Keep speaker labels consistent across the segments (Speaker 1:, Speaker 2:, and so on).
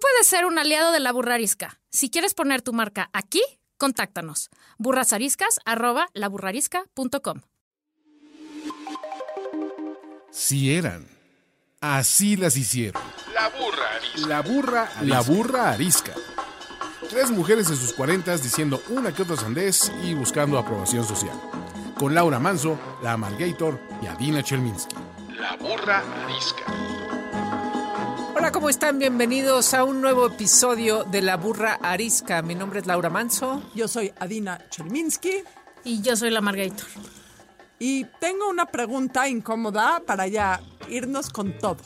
Speaker 1: puedes ser un aliado de la burra arisca. Si quieres poner tu marca aquí, contáctanos. burrasariscas.laburrarisca.com
Speaker 2: Si eran. Así las hicieron.
Speaker 3: La burra arisca.
Speaker 2: La burra, la burra arisca. Tres mujeres en sus cuarentas diciendo una que otra sandez y buscando aprobación social. Con Laura Manso, la Amalgator y Adina Chelminsky.
Speaker 3: La burra arisca.
Speaker 4: Hola, ¿cómo están? Bienvenidos a un nuevo episodio de La Burra Arisca. Mi nombre es Laura Manso.
Speaker 5: Yo soy Adina Cherminsky
Speaker 1: Y yo soy la Margator.
Speaker 5: y tengo una pregunta incómoda para ya irnos con todo.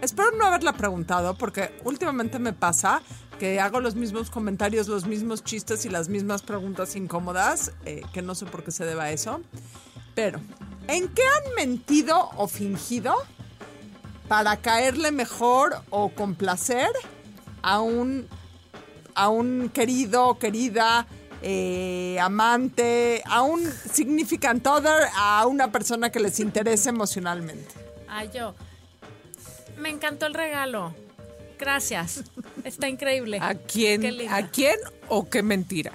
Speaker 5: Espero no haberla preguntado porque últimamente me pasa que hago los mismos comentarios, los mismos chistes y las mismas preguntas incómodas, eh, que no sé por qué se deba a eso. Pero, ¿en qué han mentido o fingido para caerle mejor o complacer a un a un querido, querida, eh, amante, a un significant other, a una persona que les interese emocionalmente.
Speaker 1: Ay, yo. Me encantó el regalo. Gracias. Está increíble.
Speaker 4: ¿A
Speaker 1: Qué
Speaker 4: quién,
Speaker 1: linda.
Speaker 4: ¿A quién o qué mentira?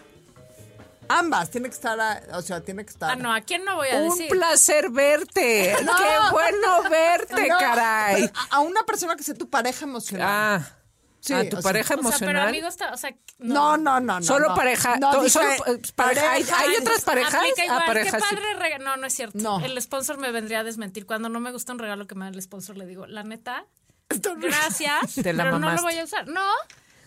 Speaker 5: Ambas, tiene que estar, a- o sea, tiene que estar.
Speaker 1: Ah, no, ¿a quién no voy a
Speaker 4: Un
Speaker 1: decir?
Speaker 4: placer verte.
Speaker 5: No.
Speaker 4: Qué bueno verte,
Speaker 5: No,
Speaker 4: caray.
Speaker 5: A, a una persona que sea tu pareja emocional.
Speaker 4: Ah,
Speaker 5: Sí,
Speaker 4: a tu
Speaker 5: o sea,
Speaker 4: pareja
Speaker 1: o sea, pero
Speaker 4: emocional.
Speaker 1: amigos, ta- o sea,
Speaker 5: no, no, no, no.
Speaker 4: solo
Speaker 5: no.
Speaker 4: pareja.
Speaker 5: No,
Speaker 4: to-
Speaker 5: dije,
Speaker 4: solo, eh, pareja. Hay, hay otras parejas.
Speaker 1: Aplica igual.
Speaker 4: Ah,
Speaker 1: Qué
Speaker 4: parejas, sí.
Speaker 1: padre rega- No, no es cierto.
Speaker 5: No.
Speaker 1: El sponsor me vendría a desmentir. Cuando no me gusta un regalo que me da el sponsor, le digo, la neta, gracias,
Speaker 4: Te la
Speaker 1: pero no lo
Speaker 4: mamaste.
Speaker 1: voy a usar. No,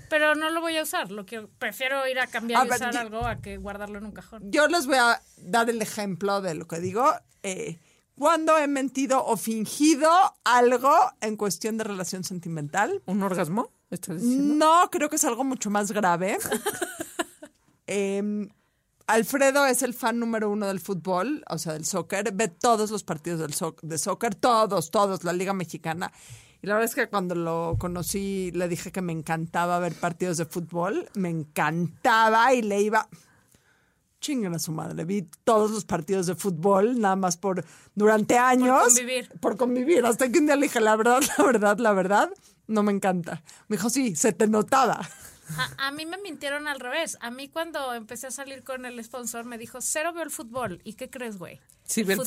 Speaker 1: pero no lo voy a usar. Lo que prefiero ir a cambiar
Speaker 4: Ah,
Speaker 5: A
Speaker 1: y
Speaker 5: ver,
Speaker 1: usar
Speaker 5: di-
Speaker 1: algo a que guardarlo en un cajón.
Speaker 5: Yo les voy a dar el ejemplo de lo que digo. Eh, cuando he mentido o fingido algo en cuestión de relación sentimental,
Speaker 4: ¿Un orgasmo? ¿Estás diciendo?
Speaker 5: No, creo que es algo mucho más grave. Em, Alfredo es el fan número uno del fútbol, o sea, del soccer. Ve todos los partidos del soc- de soccer, todos, todos, la Liga Mexicana. Y la verdad es que cuando lo conocí le dije que me encantaba ver partidos de fútbol. Me encantaba y le iba chinguen a su madre. Vi todos los partidos de fútbol, nada más por durante años.
Speaker 1: convivir.
Speaker 5: Por convivir. Hasta que un día le dije, la verdad, la verdad, la verdad, no me encanta. Me dijo, sí, se te notaba.
Speaker 1: A, a mí me mintieron al revés. A mí cuando empecé a salir con el sponsor me dijo, cero veo el fútbol. ¿Y qué crees, güey?
Speaker 4: Sí, ve el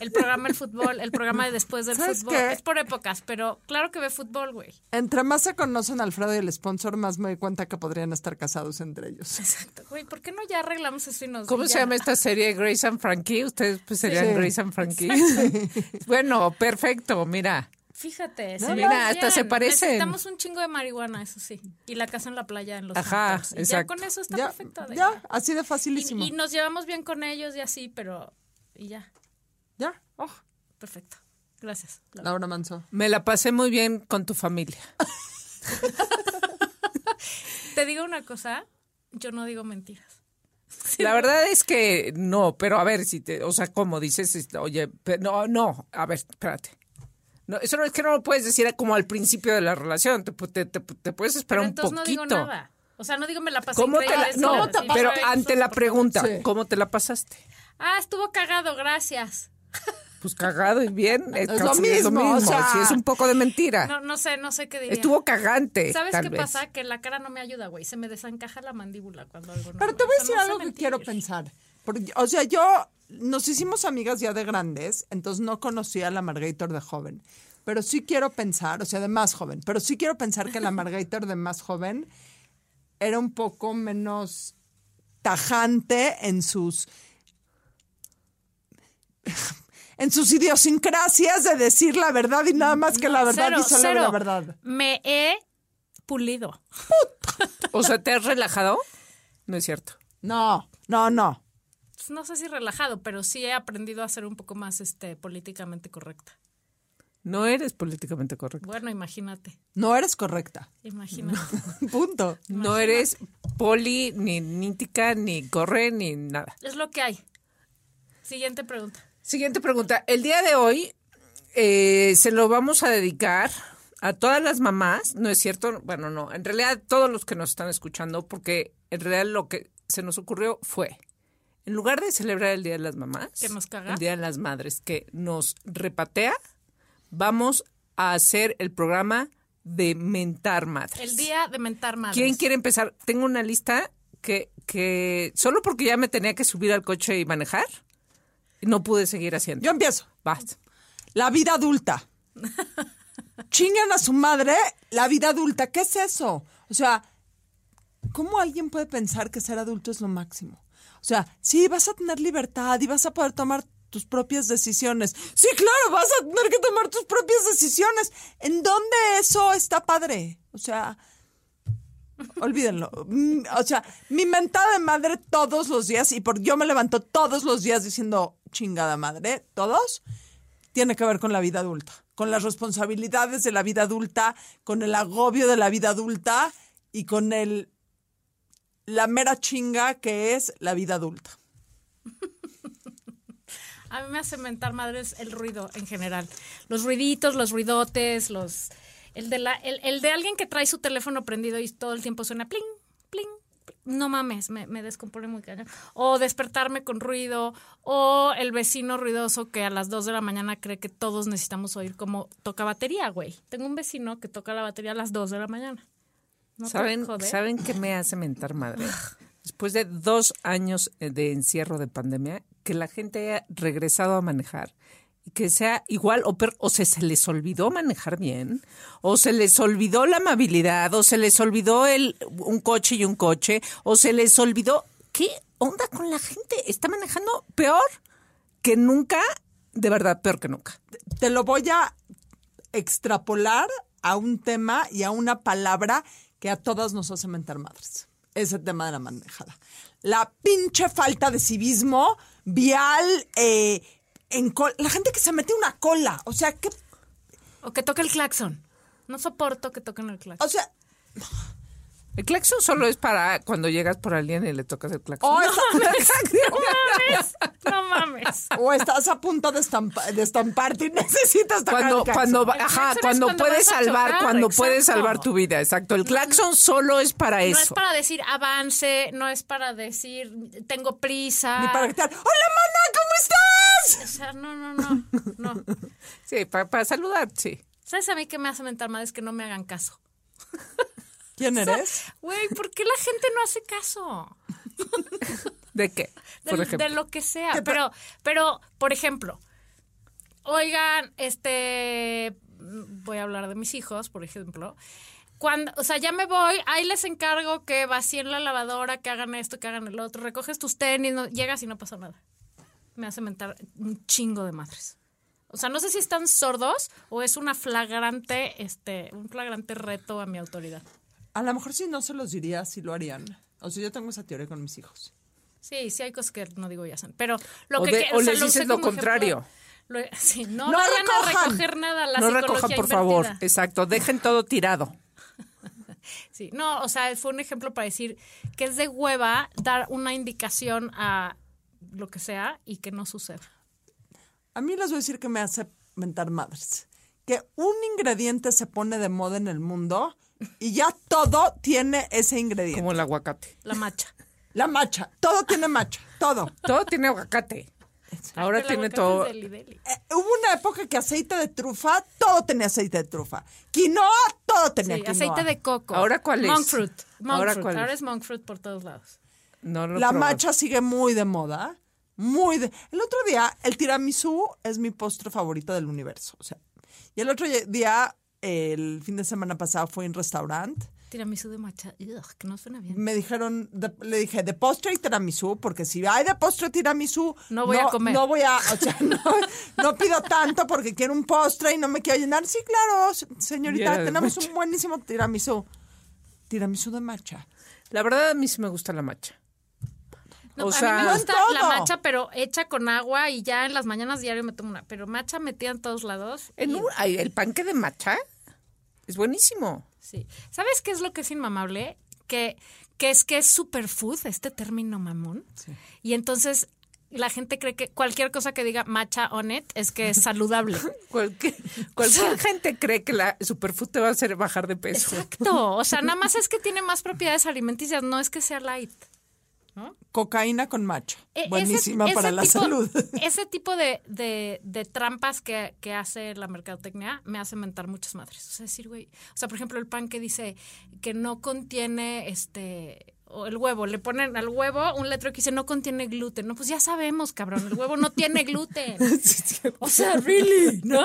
Speaker 1: El programa del fútbol, el programa de después del
Speaker 5: ¿Sabes
Speaker 1: fútbol.
Speaker 5: qué?
Speaker 1: Es por épocas, pero claro que ve fútbol, güey.
Speaker 5: Entre más se conocen Alfredo y el sponsor, más me doy cuenta que podrían estar casados entre ellos.
Speaker 1: Exacto. Güey, ¿por qué no ya arreglamos eso y nos
Speaker 4: ¿Cómo
Speaker 1: y
Speaker 4: se
Speaker 1: ya?
Speaker 4: llama esta serie? Grace and Frankie. Ustedes pues, serían
Speaker 5: Sí.
Speaker 4: Grace and Frankie. bueno, perfecto, mira.
Speaker 1: Fíjate,
Speaker 4: No,
Speaker 1: ve
Speaker 4: mira,
Speaker 1: muy
Speaker 4: hasta
Speaker 1: bien.
Speaker 4: se parecen.
Speaker 1: Necesitamos un chingo de marihuana, eso sí. Y la casa en la playa en los
Speaker 4: Ajá,
Speaker 1: Hamptons. Y Ya
Speaker 4: exacto.
Speaker 1: con eso está
Speaker 5: Ya,
Speaker 1: perfecto. Adela.
Speaker 5: ya, así de
Speaker 1: y,
Speaker 5: facilísimo.
Speaker 1: y nos llevamos bien con ellos y así, pero y ya,
Speaker 5: Ya, oh,
Speaker 1: perfecto. Gracias. Laura.
Speaker 5: Laura Manso.
Speaker 4: Me la pasé muy bien con tu familia.
Speaker 1: Te digo una cosa, yo no digo mentiras.
Speaker 4: La verdad es que no, pero a ver, si te, o sea, como dices, Este, oye, pe- no, no, a ver, espérate. No, eso no es que no lo puedes decir como al principio de la relación, te, pu- te- te- te puedes
Speaker 1: Pero
Speaker 4: esperar un
Speaker 1: entonces
Speaker 4: poquito.
Speaker 1: no digo nada. O sea, no digo me la pasé
Speaker 4: ¿Cómo te la,
Speaker 1: increíble,
Speaker 4: no,
Speaker 1: sí, sí,
Speaker 4: pero
Speaker 1: sí,
Speaker 4: ante
Speaker 1: sí,
Speaker 4: la
Speaker 1: sí.
Speaker 4: pregunta,
Speaker 5: Sí.
Speaker 4: ¿cómo te la pasaste?
Speaker 1: Ah, estuvo cagado, gracias.
Speaker 4: Pues cagado y bien, eh,
Speaker 5: Es lo
Speaker 4: casi
Speaker 5: mismo, o sea.
Speaker 4: sí, es un poco de mentira.
Speaker 1: No, no sé, no sé qué diría.
Speaker 4: Ah. Estuvo cagante.
Speaker 1: ¿Sabes
Speaker 4: tal
Speaker 1: qué
Speaker 4: vez.
Speaker 1: pasa? Que la cara no me ayuda, güey. Se me desencaja la mandíbula cuando algo no
Speaker 5: Pero te
Speaker 1: me-
Speaker 5: voy a
Speaker 1: o sea,
Speaker 5: decir
Speaker 1: no sé
Speaker 5: algo que
Speaker 1: mentir.
Speaker 5: quiero pensar. Porque, o sea, yo nos hicimos amigas ya de grandes, entonces no conocía a la Margator de joven. Pero sí quiero pensar, o sea, de más joven, pero sí quiero pensar que la Margator de más joven era un poco menos tajante en sus. en sus idiosincrasias de decir la verdad y nada más que la verdad
Speaker 1: Cero,
Speaker 5: y solo
Speaker 1: cero.
Speaker 5: la verdad.
Speaker 1: Me he pulido.
Speaker 4: O sea, ¿te has relajado? No es cierto.
Speaker 5: No, no, no.
Speaker 1: Pues No sé si relajado, pero sí he aprendido a ser un poco más este políticamente correcta.
Speaker 4: No eres políticamente correcto.
Speaker 1: Bueno, imagínate,
Speaker 5: No eres correcta.
Speaker 1: imagínate.
Speaker 5: Punto.
Speaker 4: No eres poli, ni nítica, ni corre, ni nada.
Speaker 1: Es lo que hay. Siguiente pregunta.
Speaker 4: Siguiente pregunta. El día de hoy eh, se lo vamos a dedicar a todas las mamás, ¿no es cierto? Bueno, no, en realidad a todos los que nos están escuchando, porque en realidad lo que se nos ocurrió fue, en lugar de celebrar el Día de las Mamás,
Speaker 1: Que nos caga.
Speaker 4: el Día de las Madres, que nos repatea, vamos a hacer el programa de mentar madres.
Speaker 1: El día de mentar madres.
Speaker 4: ¿Quién quiere empezar? Tengo una lista que, que solo porque ya me tenía que subir al coche y manejar, no pude seguir haciendo.
Speaker 5: Yo empiezo.
Speaker 4: Basta.
Speaker 5: La vida adulta. Chingan a su madre la vida adulta. ¿Qué es eso? O sea, ¿cómo alguien puede pensar que ser adulto es lo máximo? O sea, sí, vas a tener libertad y vas a poder tomar tus propias decisiones. Sí, claro, vas a tener que tomar tus propias decisiones. ¿En dónde eso está padre? O sea, olvídenlo. Mm, O sea, mi mentada de madre todos los días y por yo me levanto todos los días diciendo chingada madre, todos tiene que ver con la vida adulta, con las responsabilidades de la vida adulta, con el agobio de la vida adulta y con el la mera chinga que es la vida adulta.
Speaker 1: A mí me hace mentar madres el ruido en general. Los ruiditos, los ruidotes, los el de la el, el de alguien que trae su teléfono prendido y todo el tiempo suena pling, pling. pling. No mames, me, me descompone muy cañón. O despertarme con ruido, o el vecino ruidoso que a las 2 de la mañana cree que todos necesitamos oír como toca batería, güey. Tengo un vecino que toca la batería a las 2 de la mañana. No te
Speaker 4: ¿Saben,
Speaker 1: jode?
Speaker 4: ¿Saben qué me hace mentar madre? Después de dos años eh, de encierro de pandemia, que la gente haya regresado a manejar y que sea igual o peor, o se, se les olvidó manejar bien, o se les olvidó la amabilidad, o se les olvidó el, un coche y un coche, o se les olvidó... ¿Qué onda con la gente? Está manejando peor que nunca, de verdad, peor que nunca.
Speaker 5: Te lo voy a extrapolar a un tema y a una palabra que a todas nos hace mentar madres. Es el tema de la manejada. La pinche falta de civismo vial eh, en col- la gente que se mete una cola. O sea, ¿qué
Speaker 1: O que toque el claxon. No soporto que toquen el claxon.
Speaker 5: O sea,
Speaker 4: El claxon solo es para cuando llegas por alguien y le tocas el claxon.
Speaker 5: o,
Speaker 4: Oh, No,
Speaker 5: esa-
Speaker 1: No mames, no mames.
Speaker 5: o estás a punto de, estampa- de estamparte y necesitas tocar
Speaker 4: cuando
Speaker 5: el claxon.
Speaker 4: cuando va-
Speaker 1: El
Speaker 4: ajá,
Speaker 1: claxon
Speaker 4: cuando,
Speaker 1: es cuando
Speaker 4: puedes
Speaker 1: vas a
Speaker 4: salvar
Speaker 1: chocar,
Speaker 4: cuando puedes
Speaker 1: exacto.
Speaker 4: salvar tu vida exacto el claxon solo es para
Speaker 1: No es
Speaker 4: eso
Speaker 1: para decir avance, no es para decir tengo prisa.
Speaker 5: Ni para gritar, ¡Hola, mana! ¿Cómo estás?
Speaker 1: O sea, no, no, no, no.
Speaker 4: sí pa- para, saludar sí
Speaker 1: ¿Sabes a mí que me hace mentar madre? Es que no me hagan caso.
Speaker 5: ¿Quién eres?
Speaker 1: Güey, ¿por qué la gente no hace caso?
Speaker 4: de qué
Speaker 1: De,
Speaker 4: por ejemplo
Speaker 1: de lo que sea. Pero, pero, por ejemplo, oigan, este, mm, voy a hablar de mis hijos, por ejemplo. Cuando, o sea, ya me voy, ahí les encargo que vacíen la lavadora, que hagan esto, que hagan el otro, recoges tus tenis, no- llegas y no pasa nada. Me hace mentar un chingo de madres. O sea, no sé si están sordos o es una flagrante, este, un flagrante reto a mi autoridad.
Speaker 5: A lo mejor si no se los diría, sí lo harían. O sea, yo tengo esa teoría con mis hijos.
Speaker 1: Sí, sí hay cosas que no digo ya hacen, pero lo
Speaker 4: O
Speaker 1: que
Speaker 4: de-
Speaker 1: que-
Speaker 4: o
Speaker 1: sea,
Speaker 4: les
Speaker 1: lo
Speaker 4: dices
Speaker 1: usé
Speaker 4: lo
Speaker 1: como
Speaker 4: contrario.
Speaker 1: ejemplo. Lo- sí, no,
Speaker 5: No
Speaker 1: vayan a
Speaker 5: recojan.
Speaker 1: recoger nada, la
Speaker 4: no
Speaker 1: psicología
Speaker 4: recojan por
Speaker 1: invertida.
Speaker 4: favor exacto dejen todo tirado
Speaker 1: Sí, no, o sea, fue un ejemplo para decir que es de hueva dar una indicación a lo que sea y que no suceda.
Speaker 5: A mí les voy a decir que me hace mentar madres. Que un ingrediente se pone de moda en el mundo y ya todo tiene ese ingrediente.
Speaker 4: como el aguacate
Speaker 1: La macha.
Speaker 5: La macha. Todo tiene macha. Todo.
Speaker 4: todo tiene aguacate ahora
Speaker 1: El
Speaker 4: tiene
Speaker 1: aguacate
Speaker 4: todo
Speaker 1: es deli, deli.
Speaker 5: Eh, hubo una época que aceite de trufa, todo tenía aceite de trufa. Quinoa, todo
Speaker 1: Sí,
Speaker 5: tenía quinoa.
Speaker 1: aceite de coco.
Speaker 4: ¿Ahora cuál es?
Speaker 1: Monk fruit. Monk
Speaker 4: ¿Ahora
Speaker 1: fruit.
Speaker 4: cuál es?
Speaker 1: Ahora es monk fruit por todos lados.
Speaker 4: no lo he
Speaker 5: La
Speaker 4: probado.
Speaker 5: macha sigue muy de moda. Muy de... El otro día, el tiramisú es mi postre favorito del universo. O sea, y el otro día, el fin de semana pasado, fui a un restaurante.
Speaker 1: Tiramisú de macha. Ugh, que no suena bien.
Speaker 5: Me dijeron, de- le dije, de postre y tiramisú, porque si hay de postre tiramisú...
Speaker 1: No voy a comer.
Speaker 5: No voy a... O sea, no, no pido tanto porque quiero un postre y no me quiero llenar. Sí, claro, se-
Speaker 4: Y era
Speaker 5: señorita,
Speaker 4: de
Speaker 5: tenemos
Speaker 4: matcha.
Speaker 5: un buenísimo tiramisú. Tiramisú de matcha.
Speaker 4: la verdad a mí sí me gusta la macha
Speaker 1: No,
Speaker 4: O
Speaker 1: a
Speaker 4: sea-
Speaker 1: mí me gusta
Speaker 5: No en
Speaker 1: la
Speaker 5: todo.
Speaker 1: macha, pero hecha con agua y ya en las mañanas diario me tomo una. Pero macha metida en todos lados.
Speaker 4: En
Speaker 1: y-
Speaker 4: un- ay, el panque de macha es buenísimo
Speaker 1: sí. ¿Sabes qué es lo que es inmamable? Que, que es que es superfood, este término mamón. Y entonces la gente cree que cualquier cosa que diga macha on it es que es saludable.
Speaker 4: cualquier, cualquier gente cree que la superfood te va a hacer bajar de peso
Speaker 1: Exacto. O sea, nada más es que tiene más propiedades alimenticias, no es que sea light.
Speaker 5: Cocaína con macho.
Speaker 1: E- ese-
Speaker 5: Buenísima
Speaker 1: ese
Speaker 5: para la
Speaker 1: tipo-
Speaker 5: salud.
Speaker 1: Ese tipo de, de- de trampas que, que hace la mercadotecnia me hace mentar muchas madres. O sea, decir, güey. O sea, por ejemplo, el pan que dice que no contiene este. O el huevo, le ponen al huevo un letrero que dice no contiene gluten. No, pues ya sabemos, cabrón, el huevo no tiene gluten. O sea, really, ¿no?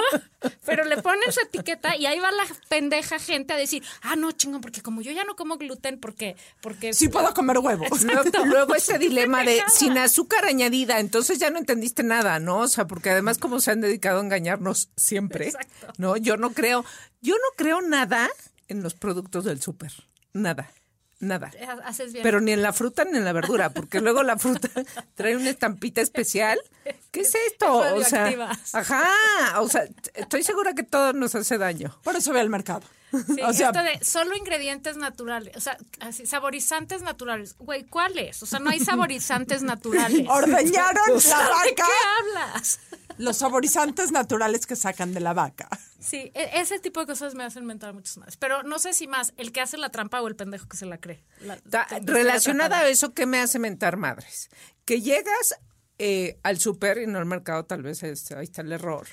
Speaker 1: Pero le ponen su etiqueta y ahí va la pendeja gente a decir, ah, no, chingón, porque como yo ya no como gluten, porque, porque
Speaker 5: Sí pues, puedo comer huevo.
Speaker 4: Luego, luego ese dilema de
Speaker 1: pendejada.
Speaker 4: sin azúcar añadida, entonces ya no entendiste nada, ¿no? O sea, porque además como se han dedicado a engañarnos siempre,
Speaker 1: Exacto.
Speaker 4: ¿no? Yo no creo, yo no creo nada en los productos del súper, nada, nada.
Speaker 1: ha- haces bien.
Speaker 4: Pero ni en la fruta ni en la verdura, porque luego la fruta trae una estampita especial. ¿Qué es esto? O sea,
Speaker 1: Radioactivas.
Speaker 4: ajá, o sea, t- estoy segura que todo nos hace daño.
Speaker 5: Por eso ve al mercado.
Speaker 1: Sí,
Speaker 5: o sea,
Speaker 1: esto de solo ingredientes naturales, o sea, así, saborizantes naturales. Güey, ¿cuáles? O sea, no hay saborizantes naturales.
Speaker 5: ordeñaron la
Speaker 1: ¿De
Speaker 5: vaca,
Speaker 1: qué hablas?
Speaker 5: los saborizantes naturales que sacan de la vaca.
Speaker 1: Sí, e- ese tipo de cosas me hacen mentar muchas más. Pero no sé si más el que hace la trampa o el pendejo que se la cree. La-
Speaker 4: Ta-
Speaker 1: que- que se la
Speaker 4: relacionada
Speaker 1: atrapa.
Speaker 4: a eso, ¿qué me hace mentar madres? Que llegas eh, al súper y no al mercado, tal vez es- ahí está el error.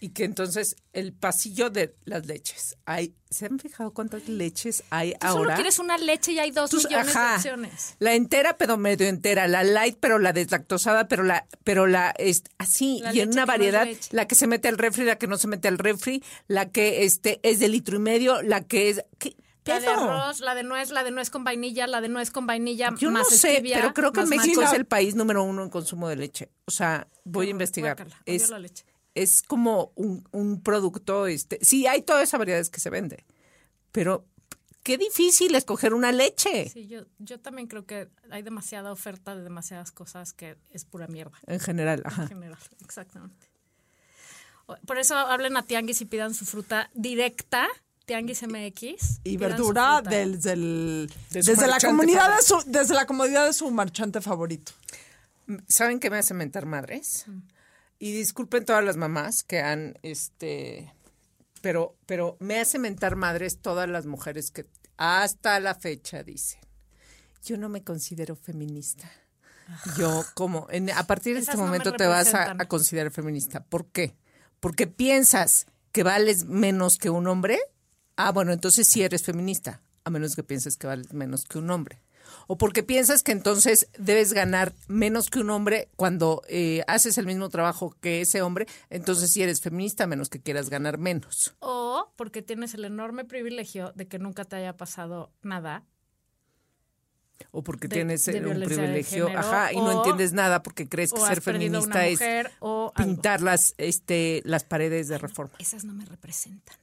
Speaker 4: Y que entonces el pasillo de las leches. Hay, ¿Se han fijado cuántas leches hay
Speaker 1: Tú
Speaker 4: ahora?
Speaker 1: solo quieres una leche y hay dos
Speaker 4: Tus-
Speaker 1: millones
Speaker 4: ajá.
Speaker 1: de opciones.
Speaker 4: La entera, pero medio entera. La light, pero la deslactosada, pero la, pero la es, así.
Speaker 1: La
Speaker 4: y
Speaker 1: leche
Speaker 4: en una
Speaker 1: que no es
Speaker 4: variedad,
Speaker 1: leche.
Speaker 4: la que se mete al refri, la que no se mete al refri, la que este es de litro y medio, la que es. ¿qué
Speaker 1: La de
Speaker 4: pedo?
Speaker 1: arroz, la de nuez, la de nuez con vainilla, la de nuez con vainilla
Speaker 4: Yo
Speaker 1: más
Speaker 4: no sé,
Speaker 1: stevia,
Speaker 4: pero creo que
Speaker 1: más
Speaker 4: México
Speaker 1: macho.
Speaker 4: es el país número uno en consumo de leche. O sea, voy a investigar.
Speaker 1: Guácala, odio
Speaker 4: es,
Speaker 1: la leche.
Speaker 4: es como un, un producto, este, sí, hay todas esas variedades que se vende, pero qué difícil escoger una leche
Speaker 1: Sí, yo, yo también creo que hay demasiada oferta de demasiadas cosas que es pura mierda
Speaker 4: en general.
Speaker 1: en
Speaker 4: Ajá.
Speaker 1: general. Exactamente. O- Por eso hablen a Tianguis y pidan su fruta directa, Tianguis MX.
Speaker 5: Y
Speaker 1: pidan su
Speaker 5: verdura
Speaker 1: fruta.
Speaker 5: del, del-
Speaker 4: De su
Speaker 5: desde, la
Speaker 4: marchante
Speaker 5: comunidad de su, desde la comodidad de su marchante favorito.
Speaker 4: ¿Saben qué me hace mentar madres?
Speaker 1: Mm.
Speaker 4: Y disculpen todas las mamás que han, este, pero, pero me hace mentar madres todas las mujeres que hasta la fecha dicen, yo no me considero feminista. Yo como, en- a partir de
Speaker 1: Ah. Esas
Speaker 4: este
Speaker 1: no me
Speaker 4: momento te vas a,
Speaker 1: representan.
Speaker 4: a considerar feminista. ¿Por qué? Porque piensas que vales menos que un hombre. Ah, bueno, entonces sí eres feminista, a menos que pienses que vales menos que un hombre. O porque piensas que entonces debes ganar menos que un hombre cuando eh, haces el mismo trabajo que ese hombre, entonces sí eres feminista, a menos que quieras ganar menos.
Speaker 1: O porque tienes el enorme privilegio de que nunca te haya pasado nada.
Speaker 4: O porque
Speaker 1: De-
Speaker 4: tienes
Speaker 1: de
Speaker 4: eh, un
Speaker 1: violencia de
Speaker 4: privilegio,
Speaker 1: género,
Speaker 4: ajá, y no
Speaker 1: o-
Speaker 4: entiendes nada porque crees que
Speaker 1: o
Speaker 4: ser
Speaker 1: has perdido
Speaker 4: feminista
Speaker 1: una
Speaker 4: es
Speaker 1: mujer o algo.
Speaker 4: pintar las, este, las paredes de reforma.
Speaker 1: Esas no me representan.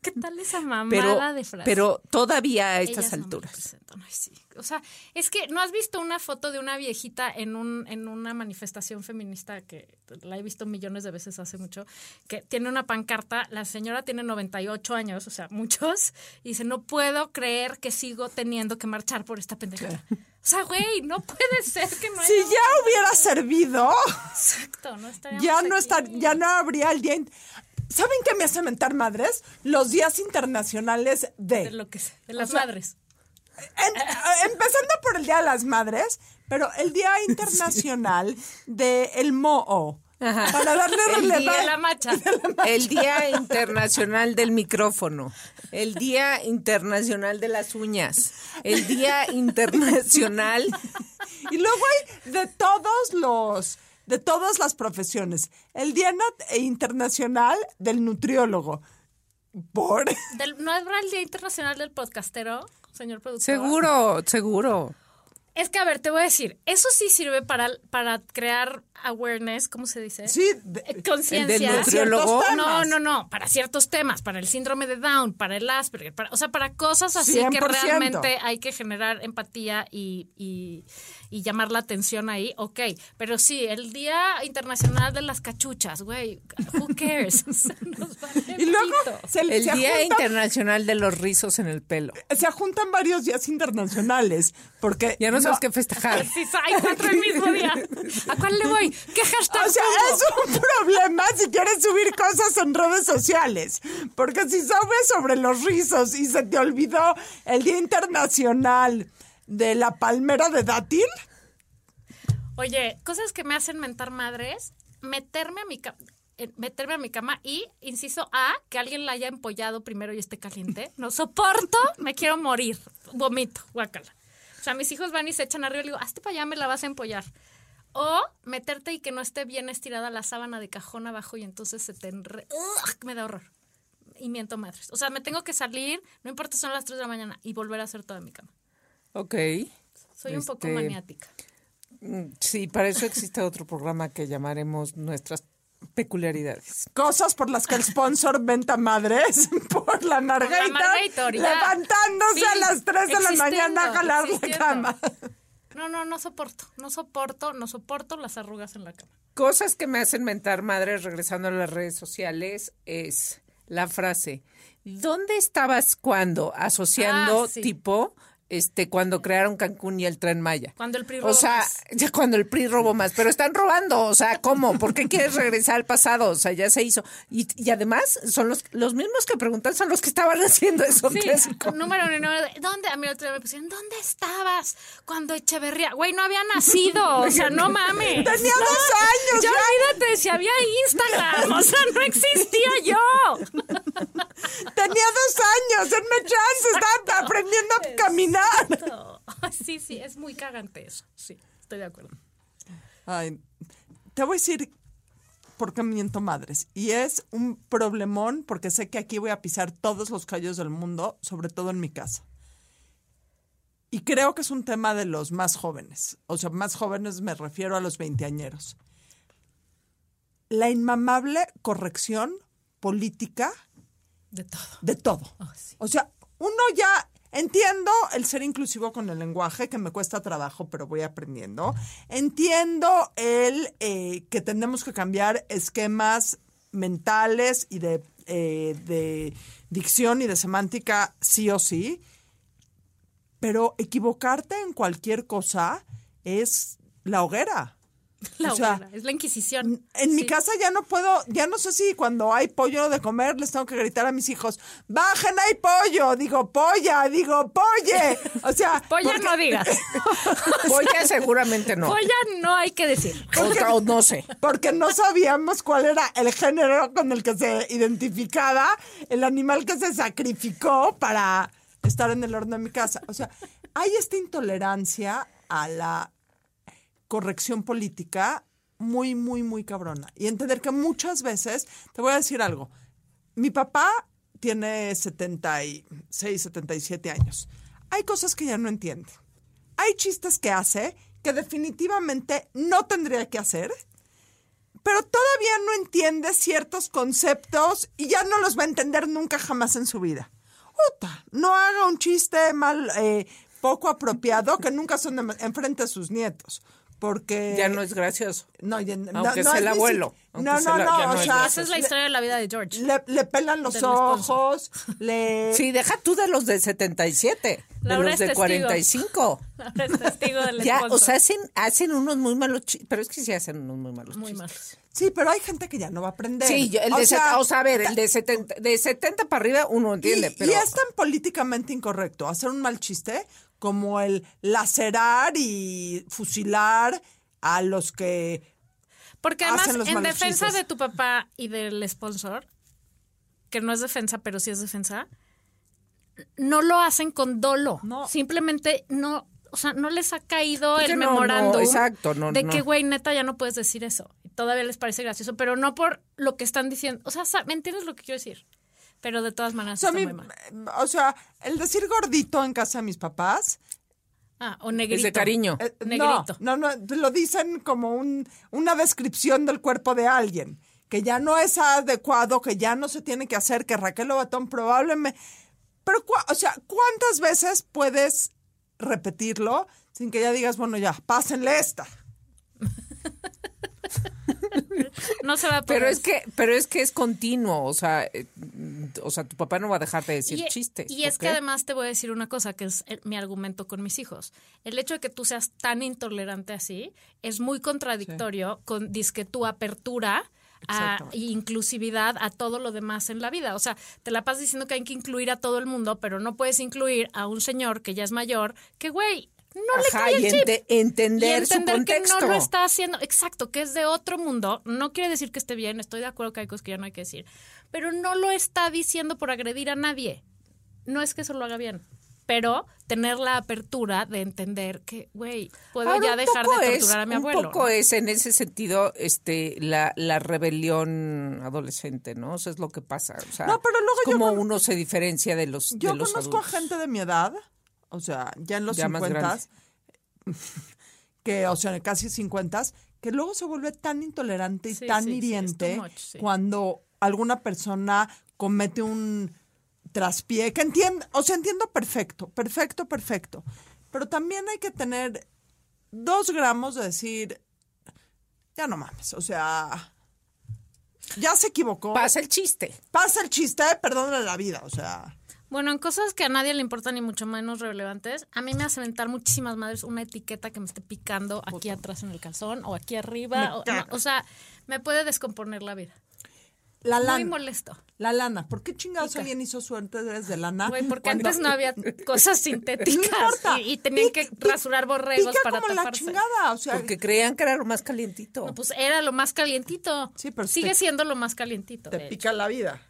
Speaker 1: ¿Qué tal esa mamada
Speaker 4: Pero,
Speaker 1: de frase?
Speaker 4: pero todavía a
Speaker 1: Ellas
Speaker 4: estas
Speaker 1: no me
Speaker 4: alturas.
Speaker 1: representan. Ay, sí. O sea, es que no has visto una foto de una viejita en un en una manifestación feminista que la he visto millones de veces hace mucho, que tiene una pancarta, la señora tiene 98 años, o sea, muchos, y dice, "No puedo creer que sigo teniendo que marchar por esta pendejada." O sea, güey, no puede ser que no haya
Speaker 5: Si ya hubiera servido,
Speaker 1: Exacto, no estaríamos
Speaker 5: ya no
Speaker 1: aquí.
Speaker 5: estar, ya no habría el día. in- ¿Saben qué me hace mentar madres? Los días internacionales
Speaker 1: de lo que sea, de las madres.
Speaker 5: En- eh, empezando por el Día de las Madres, pero el Día Internacional del Moho.
Speaker 4: Ajá.
Speaker 5: Para darle
Speaker 4: El
Speaker 1: Y
Speaker 4: día
Speaker 1: de la
Speaker 5: relevancia.
Speaker 1: macha.
Speaker 4: El Día Internacional del Micrófono, el Día Internacional de las Uñas, el Día Internacional
Speaker 5: Y luego hay de todos los, de todas las profesiones. El Día Nat- eh, Internacional del Nutriólogo. Por.
Speaker 1: Del- ¿No habrá el Día Internacional del Podcastero, señor productor?
Speaker 4: Seguro, seguro.
Speaker 1: Es que, a ver, te voy a decir, eso sí sirve para, para crear awareness, ¿cómo se dice?
Speaker 5: Sí, de-
Speaker 1: Eh, Conciencia.
Speaker 4: El del nutriólogo.
Speaker 5: Ciertos
Speaker 1: No,
Speaker 5: temas.
Speaker 1: no, no, para ciertos temas, para el síndrome de Down, para el Asperger, para- o sea, para cosas así que
Speaker 5: 100%.
Speaker 1: realmente hay que generar empatía y, y- y llamar la atención ahí, ok, pero sí, el Día Internacional de las Cachuchas, güey, who cares? O sea, nos vale
Speaker 5: y luego
Speaker 1: pito.
Speaker 5: se,
Speaker 4: El
Speaker 5: se
Speaker 4: Día
Speaker 5: juntan-
Speaker 4: Internacional de los Rizos en el Pelo.
Speaker 5: se juntan varios días internacionales. Porque.
Speaker 4: Ya no sabes
Speaker 5: no-
Speaker 4: qué festejar.
Speaker 1: Sí, hay cuatro el mismo día. ¿A cuál le voy? ¿Qué hashtag?
Speaker 5: O sea,
Speaker 1: pongo?
Speaker 5: es un problema si quieres subir cosas en redes sociales. Porque si sabes sobre los rizos y se te olvidó el Día Internacional de la palmera de dátil.
Speaker 1: Oye, cosas que me hacen mentar madres, meterme a mi cama. meterme a mi cama y, inciso A, que alguien la haya empollado primero y esté caliente. No soporto, me quiero morir. Vomito, guácala. O sea, mis hijos van y se echan arriba y le digo, hazte para allá, me la vas a empollar. O meterte y que no esté bien estirada la sábana de cajón abajo y entonces se te enre... ¡Ugh! Me da horror. Y miento madres. O sea, me tengo que salir, no importa, son las 3 de la mañana, y volver a hacer toda mi cama.
Speaker 4: Ok.
Speaker 1: Soy un poco
Speaker 4: Este,
Speaker 1: maniática.
Speaker 4: mm, Sí, para eso existe otro programa que llamaremos Nuestras Peculiaridades.
Speaker 5: Cosas por las que el sponsor venta madres por la
Speaker 1: Por la
Speaker 5: Margarita.
Speaker 1: Margator, ya.
Speaker 5: Levantándose
Speaker 1: Sí,
Speaker 5: a las 3 de la
Speaker 1: existiendo,
Speaker 5: mañana a jalar la
Speaker 1: existiendo.
Speaker 5: cama.
Speaker 1: No, no, no soporto. No soporto, no soporto las arrugas en la cama.
Speaker 4: Cosas que me hacen mentar madres regresando a las redes sociales es la frase, ¿dónde estabas cuando? Asociando
Speaker 1: Ah, sí.
Speaker 4: tipo, este, cuando crearon Cancún y el tren Maya.
Speaker 1: Cuando el PRI
Speaker 4: O
Speaker 1: robó
Speaker 4: sea,
Speaker 1: más.
Speaker 4: ya cuando el PRI robó más, pero están robando, o sea, ¿cómo? ¿Por qué quieres regresar al pasado? O sea, ya se hizo. Y, y además, son los, los mismos que preguntan, son los que estaban haciendo eso.
Speaker 1: Sí,
Speaker 4: que es como-
Speaker 1: número uno, y número dos. ¿Dónde? A mí el otro día me pusieron, ¿dónde estabas cuando Echeverría? Güey, no había nacido, o sea, no mames.
Speaker 5: Tenía
Speaker 1: No,
Speaker 5: dos años,
Speaker 1: Ya
Speaker 5: ya.
Speaker 1: olvídate, si había Instagram, o sea, no existía yo.
Speaker 5: Tenía dos años, denme chance, estaba aprendiendo a caminar.
Speaker 1: No. Sí, sí, es muy cagante eso. Sí, estoy de acuerdo.
Speaker 5: Ay, te voy a decir por qué miento madres. Y es un problemón porque sé que aquí voy a pisar todos los callos del mundo, sobre todo en mi casa. Y creo que es un tema de los más jóvenes. O sea, más jóvenes me refiero a los veinteañeros. La inmamable corrección política
Speaker 1: De todo.
Speaker 5: de todo. O sea, uno ya entiendo el ser inclusivo con el lenguaje, que me cuesta trabajo, pero voy aprendiendo. Entiendo el eh, que tenemos que cambiar esquemas mentales y de, eh, de dicción y de semántica sí o sí. Pero equivocarte en cualquier cosa es la hoguera.
Speaker 1: La
Speaker 5: O sea,
Speaker 1: hoguera, es la Inquisición.
Speaker 5: En mi
Speaker 1: Sí.
Speaker 5: casa ya no puedo, ya no sé si cuando hay pollo de comer les tengo que gritar a mis hijos, bajen, hay pollo, digo polla, digo polle. O sea,
Speaker 1: Polla
Speaker 5: porque-
Speaker 1: no digas.
Speaker 4: Polla seguramente no.
Speaker 1: Polla no hay que decir.
Speaker 4: O- o no sé.
Speaker 5: porque no sabíamos cuál era el género con el que se identificaba el animal que se sacrificó para estar en el horno de mi casa. O sea, hay esta intolerancia a la corrección política muy, muy, muy cabrona. Y entender que muchas veces, te voy a decir algo, mi papá tiene 76, 77 años. Hay cosas que ya no entiende. Hay chistes que hace que definitivamente no tendría que hacer pero todavía no entiende ciertos conceptos y ya no los va a entender nunca jamás en su vida. Uta, no haga un chiste mal, eh, poco apropiado, que nunca son de- enfrente a sus nietos, porque...
Speaker 4: Ya no es gracioso.
Speaker 5: No, ya- no,
Speaker 4: Aunque
Speaker 5: no
Speaker 4: sea el
Speaker 5: ni si-
Speaker 4: abuelo, aunque
Speaker 5: No,
Speaker 4: sea
Speaker 5: no,
Speaker 4: la- ya
Speaker 5: no,
Speaker 4: no
Speaker 5: o
Speaker 4: es
Speaker 5: sea,
Speaker 1: Esa es la historia de la vida de George.
Speaker 5: le, le pelan los
Speaker 1: Del sponsor.
Speaker 5: ojos, le...
Speaker 4: Sí, deja tú de los de 77, de
Speaker 1: Laura
Speaker 4: los
Speaker 1: es
Speaker 4: de
Speaker 1: testigo.
Speaker 4: 45.
Speaker 1: Ahora es testigo del
Speaker 4: Ya, o
Speaker 1: sponsor.
Speaker 4: sea, hacen, hacen unos muy malos chistes, pero es que sí hacen unos muy malos
Speaker 1: Muy
Speaker 4: chistes.
Speaker 1: mal.
Speaker 5: Sí, pero hay gente que ya no va a aprender.
Speaker 4: Sí, yo- el de set- o sea, a ver, el de 70, de 70 para arriba uno entiende,
Speaker 5: Y,
Speaker 4: pero
Speaker 5: y es tan políticamente incorrecto hacer un mal chiste como el lacerar y fusilar a los que...
Speaker 1: Porque además,
Speaker 5: Hacen los
Speaker 1: en
Speaker 5: malos
Speaker 1: defensa
Speaker 5: chistes.
Speaker 1: de tu papá y del sponsor, que no es defensa, pero sí es defensa, no lo hacen con dolo.
Speaker 5: No.
Speaker 1: Simplemente no, o sea, no les ha caído
Speaker 4: Porque
Speaker 1: el
Speaker 4: no, no,
Speaker 1: memorándum
Speaker 4: exacto, no,
Speaker 1: de
Speaker 4: no.
Speaker 1: que, güey, neta, ya no puedes decir eso. Y Todavía les parece gracioso, pero no por lo que están diciendo. O sea, sa- ¿me entiendes lo que quiero decir? Pero de todas
Speaker 5: O
Speaker 1: maneras
Speaker 5: sea, a
Speaker 1: está
Speaker 5: mí-
Speaker 1: muy mal.
Speaker 5: o sea, el decir gordito en casa de mis papás...
Speaker 1: Ah, o negrito.
Speaker 4: es de cariño.
Speaker 5: eh,
Speaker 1: Negrito.
Speaker 5: No, no, no, lo dicen como un, una descripción del cuerpo de alguien, que ya no es adecuado, que ya no se tiene que hacer, que Raquel Obatón probablemente... Pero, cua- o sea, ¿cuántas veces puedes repetirlo sin que ya digas, bueno, ya, pásenle esta?
Speaker 1: No se va a poder.
Speaker 4: Pero es que, pero es que es continuo, o sea, eh, o sea, tu papá no va a dejar de decir chistes.
Speaker 1: y es que
Speaker 4: ¿ok?
Speaker 1: además te voy a decir una cosa que es eh, mi argumento con mis hijos. El hecho de que tú seas tan intolerante así es muy contradictorio con disque tu apertura a e
Speaker 5: Exactamente.
Speaker 1: inclusividad a todo lo demás en la vida. O sea, te la pasas diciendo que hay que incluir a todo el mundo, pero no puedes incluir a un señor que ya es mayor, que güey, no le
Speaker 4: Ajá,
Speaker 1: cae el
Speaker 4: y
Speaker 1: chip.
Speaker 4: ente- entender
Speaker 1: y
Speaker 4: su
Speaker 1: entender que
Speaker 4: contexto.
Speaker 1: no lo está haciendo, exacto, que es de otro mundo, no quiere decir que esté bien, estoy de acuerdo que hay cosas que ya no hay que decir, pero no lo está diciendo por agredir a nadie. No es que eso lo haga bien, pero tener la apertura de entender que, güey, puedo
Speaker 4: Ahora,
Speaker 1: ya
Speaker 4: un
Speaker 1: dejar de
Speaker 4: poco
Speaker 1: torturar
Speaker 4: es-
Speaker 1: a mi abuelo.
Speaker 4: Un poco
Speaker 1: ¿no?
Speaker 4: es en ese sentido este la, la rebelión adolescente, ¿no? Eso es lo que pasa. O sea,
Speaker 5: No, pero luego
Speaker 4: es
Speaker 5: yo
Speaker 4: como
Speaker 5: con-
Speaker 4: uno se diferencia de los
Speaker 5: Yo
Speaker 4: de los
Speaker 5: conozco
Speaker 4: adultos.
Speaker 5: a gente de mi edad, o sea, ya en los
Speaker 4: Ya más
Speaker 5: 50, que, o sea, casi 50, que luego se vuelve tan intolerante y
Speaker 1: Sí,
Speaker 5: tan
Speaker 1: sí, sí, es too
Speaker 5: hiriente
Speaker 1: much, sí.
Speaker 5: cuando alguna persona comete un traspié, que entiendo, o sea, entiendo perfecto, perfecto, perfecto. Pero también hay que tener dos gramos de decir, ya no mames, o sea, ya se equivocó.
Speaker 4: Pasa el chiste.
Speaker 5: Pasa el chiste, perdónale la vida, o sea.
Speaker 1: Bueno, en cosas que a nadie le importan y mucho menos relevantes, a mí me hace mentar muchísimas madres una etiqueta que me esté picando aquí atrás en el calzón o aquí
Speaker 5: Me
Speaker 1: arriba. O,
Speaker 5: caga.
Speaker 1: no, o sea, me puede descomponer la vida.
Speaker 5: La
Speaker 1: Muy
Speaker 5: lana.
Speaker 1: molesto.
Speaker 5: La lana. ¿Por qué chingados
Speaker 1: Pica.
Speaker 5: alguien hizo suerte de lana?
Speaker 1: Güey, porque
Speaker 5: cuando-
Speaker 1: antes no había cosas
Speaker 5: No
Speaker 1: sintéticas
Speaker 5: importa.
Speaker 1: y, y tenían
Speaker 5: Pica-
Speaker 1: que rasurar borregos
Speaker 5: pica
Speaker 1: para
Speaker 5: como la
Speaker 1: taparse.
Speaker 5: chingada, o sea,
Speaker 4: Porque creían que era lo más calientito.
Speaker 1: No, pues era lo más calientito.
Speaker 5: Sí, pero
Speaker 1: Sigue
Speaker 5: te-
Speaker 1: siendo lo más calientito. de
Speaker 5: te
Speaker 1: hecho.
Speaker 5: pica la vida.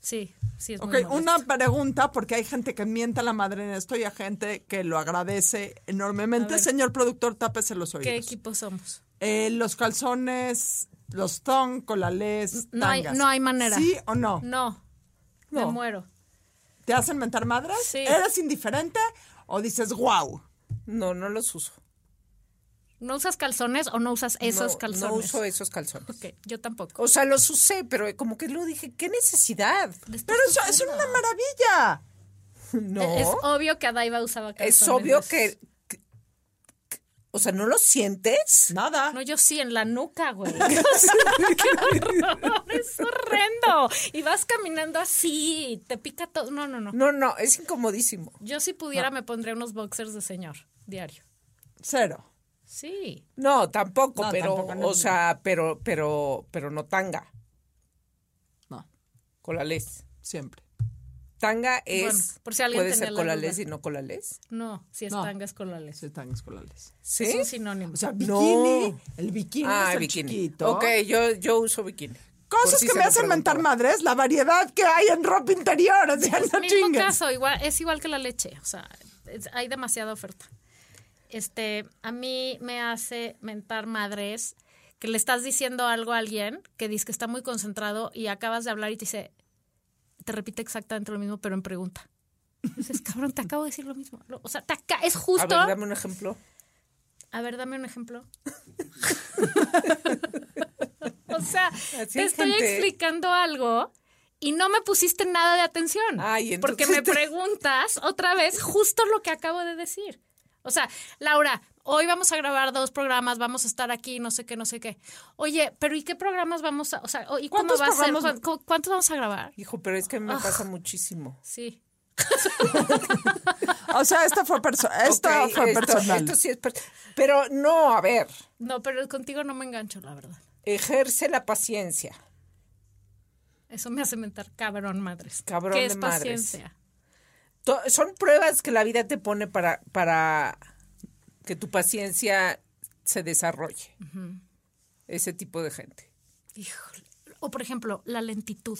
Speaker 1: Sí, sí es
Speaker 5: Ok,
Speaker 1: muy molesto.
Speaker 5: una pregunta, porque hay gente que mienta la madre en esto y hay gente que lo agradece
Speaker 1: A
Speaker 5: enormemente.
Speaker 1: ver.
Speaker 5: Señor productor, tápese los
Speaker 1: ¿Qué
Speaker 5: oídos.
Speaker 1: equipo somos?
Speaker 5: Eh, los calzones, los thong, colales,
Speaker 1: No hay-
Speaker 5: tangas.
Speaker 1: no hay manera.
Speaker 5: ¿Sí o no?
Speaker 1: No, me
Speaker 5: No.
Speaker 1: muero.
Speaker 5: ¿Te hacen mentar madres?
Speaker 1: Sí.
Speaker 5: ¿Eres indiferente o dices wow?
Speaker 4: No, no los uso.
Speaker 1: ¿No usas calzones o no usas esos
Speaker 4: no,
Speaker 1: calzones?
Speaker 4: No uso esos calzones.
Speaker 1: Ok, yo tampoco.
Speaker 4: O sea, los usé, pero como que luego dije, ¿qué necesidad?
Speaker 5: Pero eso es una maravilla.
Speaker 4: No.
Speaker 1: Es obvio que Adaiva usaba calzones.
Speaker 4: Es obvio que, que- que- O sea, ¿no lo sientes?
Speaker 5: Nada.
Speaker 1: No, yo sí, en la nuca, güey. O sea, ¡Qué horror! ¡Es horrendo! Y vas caminando así, y te pica todo. No, no, no.
Speaker 4: No, no, es incomodísimo.
Speaker 1: Yo si pudiera me pondría unos boxers de señor, diario.
Speaker 5: Cero.
Speaker 1: Sí.
Speaker 4: No, tampoco,
Speaker 5: No,
Speaker 4: pero,
Speaker 5: tampoco, no.
Speaker 4: o sea, pero, pero, pero no tanga,
Speaker 5: No,
Speaker 4: colalés.
Speaker 5: siempre.
Speaker 4: Tanga es,
Speaker 1: Bueno, por si alguien
Speaker 4: puede
Speaker 1: tenía
Speaker 4: ser
Speaker 1: la
Speaker 4: colalés
Speaker 1: duda.
Speaker 4: y no colalés.
Speaker 1: No, si es
Speaker 5: No.
Speaker 1: tanga es colales.
Speaker 5: Sí, tan escolares.
Speaker 4: ¿Sí?
Speaker 1: Es un sinónimo.
Speaker 5: O sea,
Speaker 4: No.
Speaker 5: bikini, el bikini
Speaker 4: ah,
Speaker 5: es el
Speaker 4: bikini.
Speaker 5: chiquito.
Speaker 4: Ok, yo, yo uso bikini. Por
Speaker 5: Cosas
Speaker 4: si
Speaker 5: que
Speaker 4: se
Speaker 5: me
Speaker 4: lo
Speaker 5: hacen mentar
Speaker 4: preguntaba.
Speaker 5: madres, la variedad que hay en ropa interior, o sea,
Speaker 1: Es
Speaker 5: no
Speaker 1: mismo
Speaker 5: chingues.
Speaker 1: caso, igual, es igual que la leche, o sea, es- hay demasiada oferta. Este, a mí me hace mentar madres que le estás diciendo algo a alguien que dice que está muy concentrado y acabas de hablar y te dice, te repite exactamente lo mismo, pero en pregunta. Dices, cabrón, te acabo de decir lo mismo. Lo- O sea, te aca- es
Speaker 4: A
Speaker 1: justo.
Speaker 4: ver, dame un ejemplo.
Speaker 1: A ver, dame un ejemplo. o sea, te
Speaker 4: hay
Speaker 1: estoy
Speaker 4: gente.
Speaker 1: explicando algo y no me pusiste nada de atención.
Speaker 4: Ay, entonces
Speaker 1: porque me
Speaker 4: te-
Speaker 1: preguntas otra vez justo lo que acabo de decir. O sea, Laura, hoy vamos a grabar dos programas, vamos a estar aquí, no sé qué, no sé qué. Oye, pero ¿y qué programas vamos a, o sea, o- ¿y cómo
Speaker 5: ¿Cuántos
Speaker 1: va a ser?
Speaker 5: programas-
Speaker 1: ¿Cu- cu- ¿Cuántos vamos a grabar?
Speaker 4: Hijo, pero es que
Speaker 1: Ah.
Speaker 4: me pasa muchísimo.
Speaker 1: Sí.
Speaker 5: O sea, esto fue, perso- esto
Speaker 4: Ok,
Speaker 5: fue
Speaker 4: esto-
Speaker 5: personal.
Speaker 4: esto sí es per- pero no, a ver,
Speaker 1: No, pero contigo no me engancho, la verdad.
Speaker 4: ejerce la paciencia.
Speaker 1: Eso me hace mentar cabrón madres.
Speaker 4: Cabrón
Speaker 1: ¿Qué
Speaker 4: de
Speaker 1: es
Speaker 4: madres.
Speaker 1: paciencia?
Speaker 4: To- son pruebas que la vida te pone para, para que tu paciencia se desarrolle. Ese tipo de gente.
Speaker 1: Híjole. O por ejemplo, la lentitud.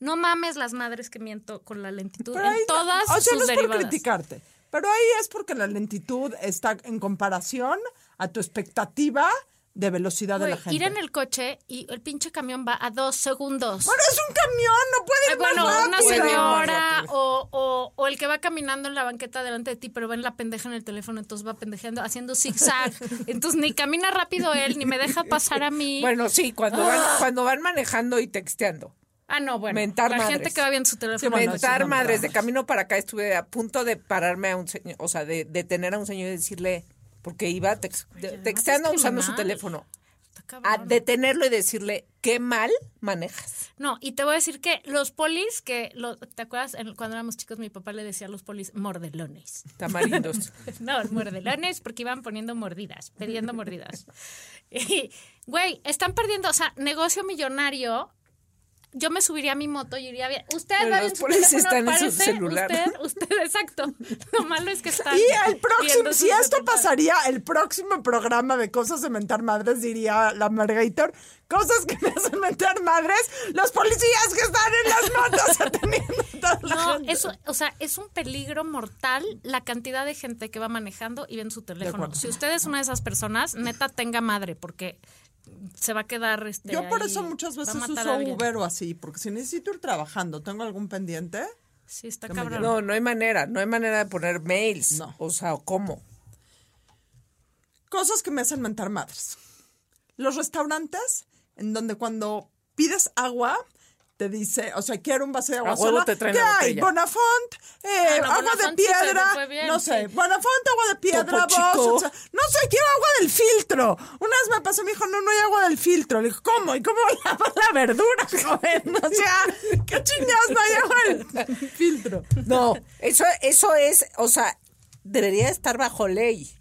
Speaker 1: No mames las madres que miento con la lentitud
Speaker 5: Pero
Speaker 1: en
Speaker 5: ahí-
Speaker 1: todas
Speaker 5: o sea,
Speaker 1: sus
Speaker 5: no es por
Speaker 1: derivadas.
Speaker 5: criticarte, pero ahí es porque la lentitud está en comparación a tu expectativa de velocidad de la
Speaker 1: Güey,
Speaker 5: gente.
Speaker 1: ir en el coche y el pinche camión va a dos segundos.
Speaker 5: Bueno, es un camión, no puede ir
Speaker 1: Ay, bueno,
Speaker 5: más
Speaker 1: una
Speaker 5: rápido.
Speaker 4: Puede ir más
Speaker 1: señora
Speaker 4: rápido.
Speaker 1: o, o- o el que va caminando en la banqueta delante de ti, pero va en la pendeja en el teléfono, entonces va pendejeando, haciendo zigzag. Entonces ni camina rápido él, ni me deja pasar a mí.
Speaker 4: Bueno, sí, cuando van, cuando van manejando y texteando.
Speaker 1: ah, no, bueno.
Speaker 4: mentar
Speaker 1: la gente
Speaker 4: madres.
Speaker 1: que va viendo su
Speaker 4: Se
Speaker 1: teléfono.
Speaker 5: bueno,
Speaker 1: no,
Speaker 5: eso
Speaker 4: mentar
Speaker 5: no me
Speaker 4: madres.
Speaker 5: trama.
Speaker 4: De camino para acá estuve a punto de pararme a un señor, o sea, de detener a un señor y decirle, porque iba tex-
Speaker 1: Güey, además
Speaker 4: texteando
Speaker 1: es
Speaker 4: usando su
Speaker 1: criminal.
Speaker 4: teléfono,
Speaker 1: está
Speaker 5: Ah,
Speaker 4: a
Speaker 1: cabrón.
Speaker 4: detenerlo y decirle, qué mal manejas.
Speaker 1: No, y te voy a decir que los polis, que los, ¿te acuerdas? En- cuando éramos chicos, mi papá le decía a los polis mordelones.
Speaker 4: Tamarindos.
Speaker 1: No, mordelones, porque iban poniendo mordidas, pidiendo mordidas. Y, güey, están perdiendo, o sea, negocio millonario yo me subiría a mi moto y iría bien. Usted
Speaker 4: Pero
Speaker 1: va
Speaker 4: los
Speaker 1: bien su
Speaker 4: polis
Speaker 1: teléfono,
Speaker 4: están en su
Speaker 1: parece,
Speaker 4: celular.
Speaker 1: Usted, usted, exacto. Lo malo es que está.
Speaker 5: Y el próximo, si esto pasaría, el próximo programa de cosas de mentar madres diría la Margator, cosas que me hacen mentar madres, los policías que están en las motos atendiendo a toda la
Speaker 1: No,
Speaker 5: gente.
Speaker 1: eso, o sea, es un peligro mortal la cantidad de gente que va manejando y ven su teléfono.
Speaker 5: acuerdo.
Speaker 1: Si usted es una de esas personas, neta tenga madre, porque se va a quedar este.
Speaker 5: Yo por
Speaker 1: ahí,
Speaker 5: eso muchas
Speaker 1: va a
Speaker 5: veces
Speaker 1: matar a
Speaker 5: uso
Speaker 1: alguien.
Speaker 5: Uber o así, porque si necesito ir trabajando, tengo algún pendiente,
Speaker 1: Sí, está cabrón.
Speaker 4: No, no hay manera, no hay manera de poner mails.
Speaker 5: No.
Speaker 4: O sea, ¿cómo?
Speaker 5: cosas que me hacen mentar madres. Los restaurantes en donde cuando pides agua te dice, o sea, quiero un vaso de agua
Speaker 4: A Ah, huevo
Speaker 5: sola.
Speaker 4: te traen
Speaker 5: ¿Qué
Speaker 4: la
Speaker 5: hay?
Speaker 4: botella.
Speaker 5: Bonafont, eh,
Speaker 1: Ah, no,
Speaker 5: agua
Speaker 1: Bonafont
Speaker 5: de
Speaker 1: sí te
Speaker 5: piedra,
Speaker 1: fue bien,
Speaker 5: no sé,
Speaker 1: sí.
Speaker 5: Bonafont, agua de piedra,
Speaker 4: Topo
Speaker 5: vos,
Speaker 4: Chico.
Speaker 5: o sea, no sé, quiero agua del filtro. Una vez me pasó, me dijo, no, no hay agua del filtro. Le dije, ¿cómo? ¿Y cómo lavar la verdura, joven? O sea, ¿qué chingados no hay agua del filtro?
Speaker 4: No, eso, eso es, o sea, debería estar bajo ley.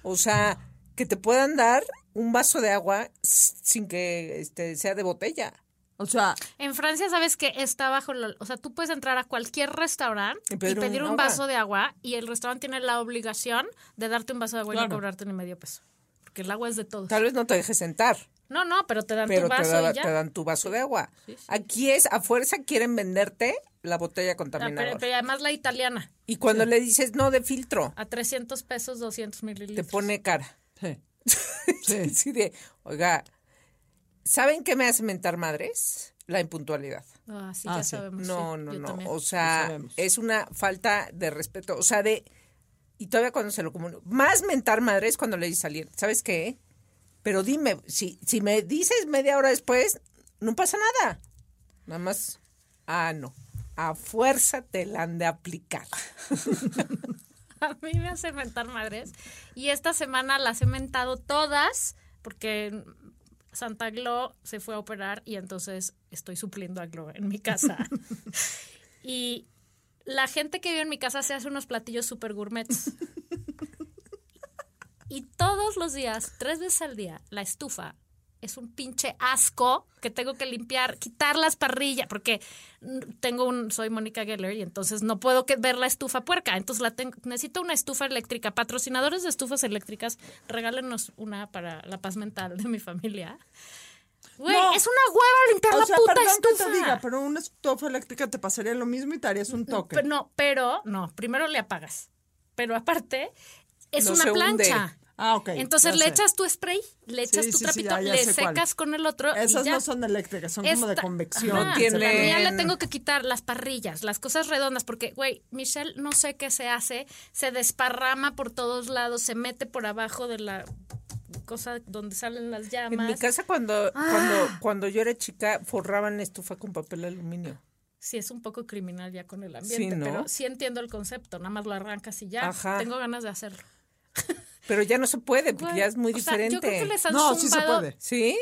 Speaker 4: O sea, que te puedan dar un vaso de agua s- sin que este, sea de botella.
Speaker 5: O sea,
Speaker 1: En Francia, sabes que está bajo. la- o sea, tú puedes entrar a cualquier restaurante
Speaker 4: Y
Speaker 1: y
Speaker 4: pedir
Speaker 1: pedir,
Speaker 4: un
Speaker 1: un,
Speaker 4: agua.
Speaker 1: vaso de agua y el restaurante tiene la obligación de darte un vaso de agua y
Speaker 5: Claro.
Speaker 1: no cobrarte ni medio peso. Porque el agua es de todos.
Speaker 4: Tal vez no te dejes sentar,
Speaker 1: No, no, pero te dan
Speaker 4: pero
Speaker 1: tu
Speaker 4: te,
Speaker 1: vaso
Speaker 4: da-
Speaker 1: y ya. Ah,
Speaker 4: te dan tu vaso de agua. Aquí es, a fuerza quieren venderte la botella
Speaker 1: Ah, pero-
Speaker 4: contaminadora.
Speaker 1: pero Ah, además la italiana.
Speaker 4: y cuando le dices no de filtro,
Speaker 1: A 300 pesos, 200
Speaker 4: te
Speaker 1: mililitros.
Speaker 4: pone cara. Sí. de, oiga, ¿saben qué me hace mentar madres? La impuntualidad.
Speaker 1: Ah, sí,
Speaker 5: Ah,
Speaker 1: ya
Speaker 5: sí.
Speaker 1: sabemos.
Speaker 4: No,
Speaker 1: sí,
Speaker 4: no,
Speaker 1: yo
Speaker 4: no.
Speaker 1: también.
Speaker 4: O sea,
Speaker 5: sabemos.
Speaker 4: es una falta de respeto. O sea, de. Y todavía cuando se lo comunico. Más mentar madre es cuando le dices a alguien, ¿sabes qué? Pero dime, si, si me dices media hora después, no pasa nada. Nada más. Ah, no. A fuerza te la han de aplicar.
Speaker 1: A mí me hace mentar madres. Y esta semana las he mentado todas porque Santa Glo se fue a operar y entonces estoy supliendo a Glo en mi casa. y la gente que vive en mi casa se hace unos platillos super gourmets. y todos los días, tres veces al día, la estufa es un pinche asco que tengo que limpiar, quitar las parrillas, porque mm, tengo un, soy Mónica Geller y entonces no puedo que- ver la estufa puerca, entonces la tengo, necesito una estufa eléctrica. Patrocinadores de estufas eléctricas, regálenos una para la paz mental de mi familia. Güey,
Speaker 5: No.
Speaker 1: es una hueva limpiar la puta
Speaker 5: perdón
Speaker 1: estufa.
Speaker 5: que te diga, pero una estufa eléctrica te pasaría lo mismo y te harías un toque.
Speaker 1: Pero no, pero no, primero le apagas. Pero aparte, es
Speaker 4: No
Speaker 1: una
Speaker 4: se hunde.
Speaker 1: plancha.
Speaker 5: Ah, ok,
Speaker 1: Entonces
Speaker 5: ya
Speaker 1: le
Speaker 5: sé.
Speaker 1: echas tu spray, le echas
Speaker 5: Sí,
Speaker 1: tu
Speaker 5: sí, sí,
Speaker 1: trapito,
Speaker 5: ya- ya
Speaker 1: le
Speaker 5: sé cuál.
Speaker 1: secas con el otro.
Speaker 5: Esas
Speaker 1: y ya.
Speaker 5: no son eléctricas, son como de
Speaker 1: Esta-
Speaker 5: convección.
Speaker 1: Ajá,
Speaker 4: tienen-
Speaker 1: la mía le tengo que quitar las parrillas, las cosas redondas, porque, güey, Michelle no sé qué se hace, se desparrama por todos lados, se mete por abajo de la cosa donde salen las llamas.
Speaker 4: En mi casa, cuando, cuando,
Speaker 1: Ah.
Speaker 4: cuando yo era chica, forraban la estufa con papel aluminio.
Speaker 1: Sí, es un poco criminal ya con el ambiente,
Speaker 4: Sí, ¿no?
Speaker 1: pero sí entiendo el concepto, nada más lo arrancas y ya.
Speaker 4: Ajá.
Speaker 1: Tengo ganas de hacerlo.
Speaker 4: Pero ya no se puede, porque
Speaker 1: Güey,
Speaker 4: ya es muy
Speaker 1: o sea,
Speaker 4: diferente.
Speaker 1: yo creo que les han
Speaker 5: No, sí se
Speaker 1: zumbado,
Speaker 5: puede.
Speaker 4: ¿Sí?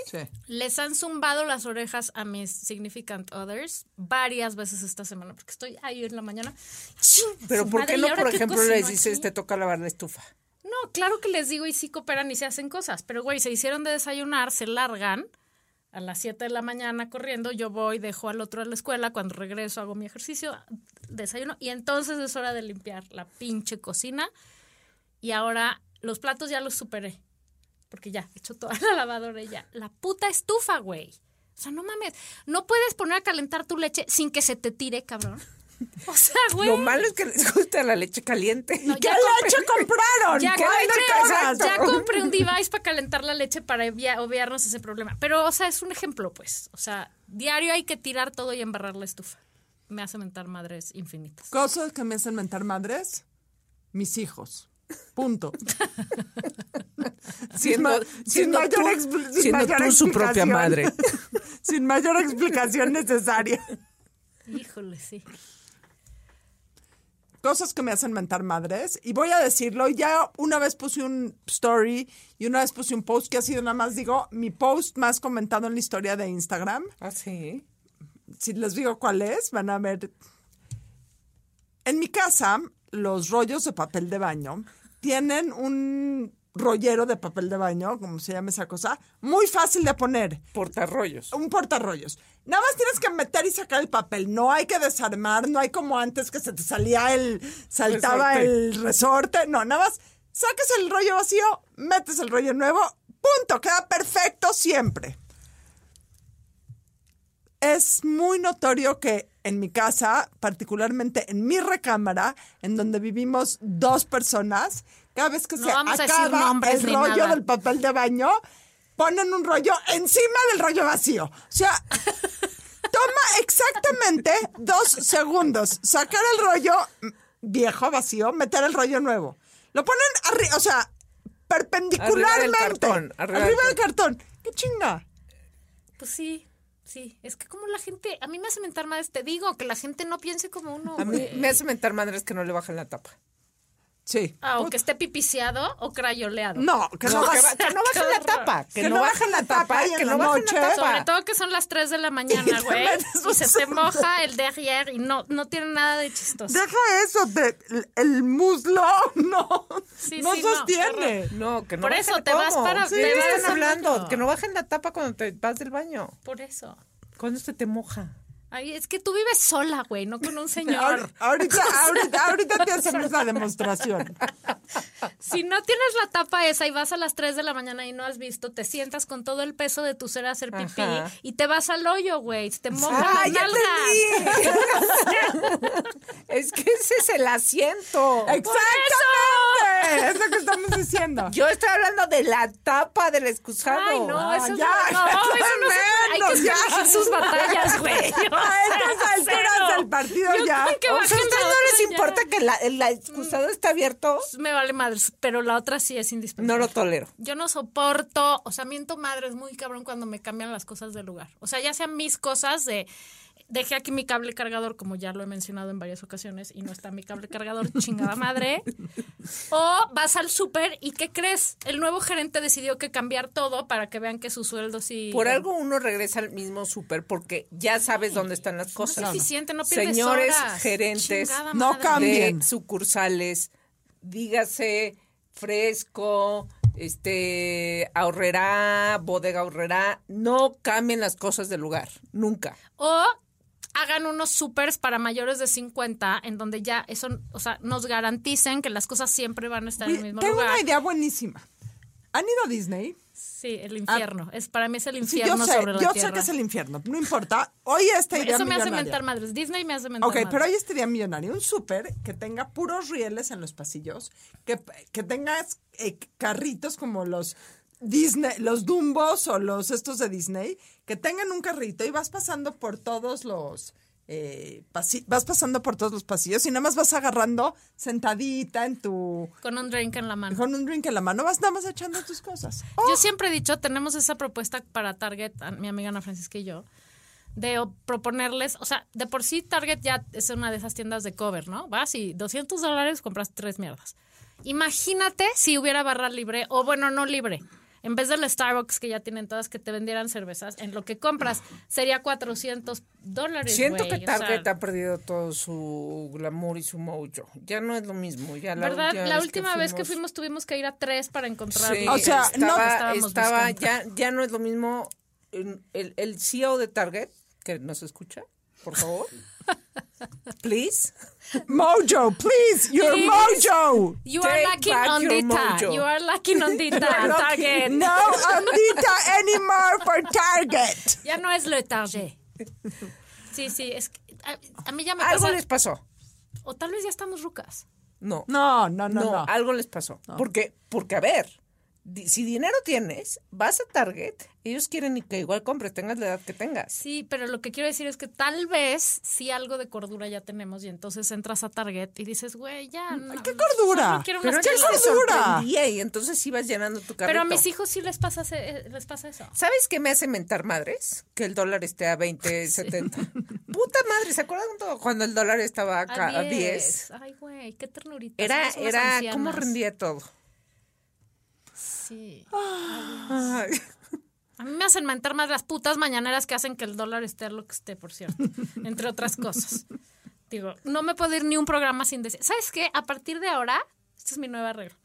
Speaker 1: les han zumbado las orejas a mis significant others varias veces esta semana, porque estoy ahí en la mañana. ¡Chin!
Speaker 4: Pero
Speaker 1: Su
Speaker 4: ¿por
Speaker 1: madre,
Speaker 4: qué
Speaker 1: ¿y
Speaker 4: no,
Speaker 1: ahora
Speaker 4: por
Speaker 1: qué
Speaker 4: ejemplo,
Speaker 1: cocino
Speaker 4: les dices,
Speaker 1: aquí?
Speaker 4: te toca lavar la estufa?
Speaker 1: No, claro que les digo y sí cooperan y se hacen cosas, pero güey, se hicieron de desayunar, se largan a las 7 de la mañana corriendo, yo voy, dejo al otro a la escuela, cuando regreso hago mi ejercicio, desayuno y entonces es hora de limpiar la pinche cocina y ahora los platos ya los superé, porque ya, he hecho toda la lavadora y ya, la puta estufa, güey. O sea, no mames, no puedes poner a calentar tu leche sin que se te tire, cabrón. O sea, güey.
Speaker 4: Lo malo es que les gusta la leche caliente.
Speaker 1: Pues No,
Speaker 4: ¿Y
Speaker 1: ya
Speaker 4: qué
Speaker 1: compré-
Speaker 4: leche compraron?
Speaker 1: Ya
Speaker 4: ¿Qué
Speaker 1: compré,
Speaker 4: leche
Speaker 1: ya
Speaker 4: compraron?
Speaker 1: compré un device para calentar la leche para evia- obviarnos ese problema. Pero, o sea, es un ejemplo, pues. O sea, diario hay que tirar todo y embarrar la estufa. Me hace mentar madres infinitas.
Speaker 5: Cosas que me hacen mentar madres, mis hijos. Punto.
Speaker 4: Siendo-
Speaker 5: ma-
Speaker 4: siendo tú-
Speaker 5: expl- sin
Speaker 4: siendo
Speaker 5: mayor
Speaker 4: tú su propia
Speaker 5: explicación.
Speaker 4: madre.
Speaker 5: sin mayor explicación necesaria.
Speaker 1: Híjole, sí.
Speaker 5: Cosas que me hacen mentar madres. Y voy a decirlo, ya una vez puse un story y una vez puse un post que ha sido nada más, digo, mi post más comentado en la historia de Instagram.
Speaker 4: Ah, sí.
Speaker 5: si les digo cuál es, van a ver. En mi casa, los rollos de papel de baño tienen un rollero de papel de baño, como se llama esa cosa, muy fácil de poner.
Speaker 4: Portarrollos.
Speaker 5: Un portarrollos. Nada más tienes que meter y sacar el papel. No hay que desarmar, no hay como antes que se te salía el. saltaba
Speaker 4: Resorte.
Speaker 5: el resorte. No, nada más sacas el rollo vacío, metes el rollo nuevo, punto. Queda perfecto siempre. Es muy notorio que en mi casa, particularmente en mi recámara, en donde vivimos dos personas, cada vez que
Speaker 1: No
Speaker 5: se
Speaker 1: vamos a decir
Speaker 5: acaba
Speaker 1: nombres
Speaker 5: el
Speaker 1: ni
Speaker 5: rollo
Speaker 1: nada.
Speaker 5: del papel de baño, ponen un rollo encima del rollo vacío. O sea, toma exactamente dos segundos sacar el rollo mm, viejo vacío, meter el rollo nuevo. Lo ponen arriba, o sea, perpendicularmente.
Speaker 4: cartón, arriba del
Speaker 5: Arriba del cartón. ¿Qué chinga?
Speaker 1: Pues sí, sí. Es que como la gente, a mí me hace mentar madres, te digo, que la gente no piense como uno.
Speaker 4: A mí
Speaker 1: güey.
Speaker 4: me hace mentar madres que no le bajen la tapa.
Speaker 5: Sí.
Speaker 1: Ah, o que esté pipiciado o crayoleado.
Speaker 5: No, que no,
Speaker 4: No,
Speaker 5: vas-
Speaker 4: que, ba- que no
Speaker 1: Qué
Speaker 4: bajen la
Speaker 1: horror.
Speaker 4: tapa. Que,
Speaker 5: Que
Speaker 4: no bajen la tapa.
Speaker 5: y en
Speaker 4: Que
Speaker 5: la
Speaker 4: no bajen
Speaker 5: noche.
Speaker 4: la tapa.
Speaker 1: Sobre todo que son las 3 de la mañana, güey.
Speaker 5: metes
Speaker 1: Y se
Speaker 5: un
Speaker 1: te moja el derrière y no, no tiene nada de chistoso.
Speaker 5: Deja eso, te- el- el muslo no,
Speaker 1: Sí,
Speaker 5: no
Speaker 1: sí, no,
Speaker 5: sostiene.
Speaker 4: No, que no
Speaker 1: Por eso
Speaker 4: bajen-
Speaker 1: te vas
Speaker 4: ¿cómo?
Speaker 1: para-
Speaker 4: Sí,
Speaker 1: te
Speaker 4: ¿qué
Speaker 1: vas
Speaker 4: están
Speaker 1: al baño?
Speaker 4: hablando? Que no bajen la tapa cuando te vas del baño.
Speaker 1: Por eso.
Speaker 4: Cuando se te moja.
Speaker 1: Ay, es que tú vives sola, güey, no con un señor.
Speaker 5: Ahor- ahorita, ahorita, ahorita te hacemos la demostración.
Speaker 1: Si no tienes la tapa esa y vas a las 3 de la mañana y no has visto, te sientas con todo el peso de tu ser a hacer pipí
Speaker 4: Ajá.
Speaker 1: y te vas al hoyo, güey. Te moja la
Speaker 4: ¡Ah, ya Es que ese es el asiento.
Speaker 5: ¡Exactamente! Es lo que estamos diciendo.
Speaker 4: Yo estoy hablando de la tapa del excusado. Ah,
Speaker 1: Ay, no, eso es-
Speaker 5: ya,
Speaker 1: no, eso no se- hay
Speaker 5: menos,
Speaker 1: que establecer
Speaker 5: ya.
Speaker 1: sus batallas, güey.
Speaker 5: A estas alturas del partido
Speaker 1: Yo
Speaker 5: ya.
Speaker 1: creo que
Speaker 4: O sea,
Speaker 1: bajen
Speaker 4: ¿a ustedes
Speaker 1: la
Speaker 4: no les
Speaker 1: otra
Speaker 4: importa
Speaker 1: ya.
Speaker 4: que la- el excusado está abierto?
Speaker 1: Me vale madres, pero la otra sí es indispensable.
Speaker 4: No lo tolero.
Speaker 1: Yo no soporto, o sea, miento madre, es muy cabrón cuando me cambian las cosas de lugar. O sea, ya sean mis cosas de dejé aquí mi cable cargador, como ya lo he mencionado en varias ocasiones, y no está mi cable cargador, chingada madre. O vas al súper y ¿qué crees? El nuevo gerente decidió que cambiar todo para que vean que su sueldo sí.
Speaker 4: Por algo uno regresa al mismo súper porque ya sabes dónde están las
Speaker 1: no es
Speaker 4: cosas.
Speaker 1: eficiente, no pierdes
Speaker 4: Señores
Speaker 1: horas.
Speaker 4: gerentes
Speaker 1: Chingada
Speaker 5: no
Speaker 1: madre.
Speaker 5: cambia.
Speaker 4: de
Speaker 5: También.
Speaker 4: sucursales, dígase fresco, este ahorrerá, bodega ahorrerá, no cambien las cosas del lugar, nunca.
Speaker 1: O hagan unos supers para mayores de 50 en donde ya eso, o sea, nos garanticen que las cosas siempre van a estar en el mismo
Speaker 5: Tengo
Speaker 1: lugar.
Speaker 5: una idea buenísima. ¿Han ido a Disney?
Speaker 1: Sí, el infierno. es, para mí es el
Speaker 5: Ah, Sí,
Speaker 1: infierno
Speaker 5: yo sé,
Speaker 1: sobre la
Speaker 5: yo sé
Speaker 1: tierra.
Speaker 5: que es el infierno, no importa. Hoy esta idea
Speaker 1: Eso me hace
Speaker 5: millonaria.
Speaker 1: mentar madres. Disney me hace mentar
Speaker 5: Ok,
Speaker 1: madres.
Speaker 5: pero hoy este día millonario, un súper que tenga puros rieles en los pasillos, que, que tengas eh, carritos como los Disney, los Dumbos o los estos de Disney, que tengan un carrito y vas pasando por todos los eh, pasi- vas pasando por todos los pasillos y nada más vas agarrando sentadita en tu
Speaker 1: Con un drink en la mano.
Speaker 5: con un drink en la mano, vas nada más echando tus cosas. ¡Oh!
Speaker 1: Yo siempre he dicho, tenemos esa propuesta para Target, a mi amiga Ana Francisca y yo, de o- proponerles, o sea, de por sí Target ya es una de esas tiendas de cover, ¿no? Vas y 200 dólares compras tres mierdas. Imagínate si hubiera barra libre, o bueno, no libre. En vez del Starbucks que ya tienen todas que te vendieran cervezas, en lo que compras sería 400 dólares.
Speaker 4: Siento
Speaker 1: Pues, güey,
Speaker 4: que
Speaker 1: o sea,
Speaker 4: Target ha perdido todo su glamour y su mojo. Ya no es lo mismo. Ya la
Speaker 1: ¿Verdad?
Speaker 4: última
Speaker 1: La
Speaker 4: vez
Speaker 1: última vez que fuimos tuvimos que ir a tres para encontrar.
Speaker 4: Sí,
Speaker 5: O sea, no-
Speaker 4: estaba,
Speaker 1: estábamos
Speaker 4: estaba
Speaker 1: buscando.
Speaker 4: ya, ya no es lo mismo. en- El, el CEO de Target, que nos escucha, por favor. Please.
Speaker 5: Mojo, please, your
Speaker 1: Please.
Speaker 5: mojo.
Speaker 1: You are
Speaker 4: Take
Speaker 1: lacking
Speaker 4: back
Speaker 1: on
Speaker 4: your
Speaker 1: Dita.
Speaker 4: mojo.
Speaker 1: You are lacking on Dita, Target.
Speaker 5: No Andita anymore for Target.
Speaker 1: Ya no es Le Target. Sí, sí, es que a, a mí ya me
Speaker 4: Algo
Speaker 1: pasa.
Speaker 4: les pasó.
Speaker 1: O tal vez ya estamos rucas.
Speaker 4: No.
Speaker 5: No, no, no,
Speaker 4: No,
Speaker 5: no.
Speaker 4: algo les pasó. Porque, porque, a ver, di- si dinero tienes, vas a Target, ellos quieren y que igual compres, tengas la edad que tengas.
Speaker 1: Sí, pero lo que quiero decir es que tal vez sí algo de cordura ya tenemos y entonces entras a Target y dices, güey, ya. no,
Speaker 5: ¿Qué cordura?
Speaker 1: solo quiero unas
Speaker 4: Pero
Speaker 5: ¡Qué
Speaker 4: antes
Speaker 1: chelas".
Speaker 4: les
Speaker 5: cordura!
Speaker 4: sorprendía y entonces ibas llenando tu carrito.
Speaker 1: Pero a mis hijos sí les pasa, ese- eh, les pasa eso.
Speaker 4: ¿Sabes qué me hace mentar madres? Que el dólar esté a 20, 70. Puta madre, ¿se acuerdan cuando- cuando el dólar estaba acá a 10?
Speaker 1: Ay, güey, qué ternurita.
Speaker 4: Era, era, ¿cómo rendía todo?
Speaker 1: Sí.
Speaker 4: Ay,
Speaker 1: A mí me hacen mentar más las putas mañaneras que hacen que el dólar esté lo que esté, por cierto. entre otras cosas. Digo, no me puedo ir ni un programa sin decir. ¿Sabes qué? A partir de ahora, esta es mi este nueva regla.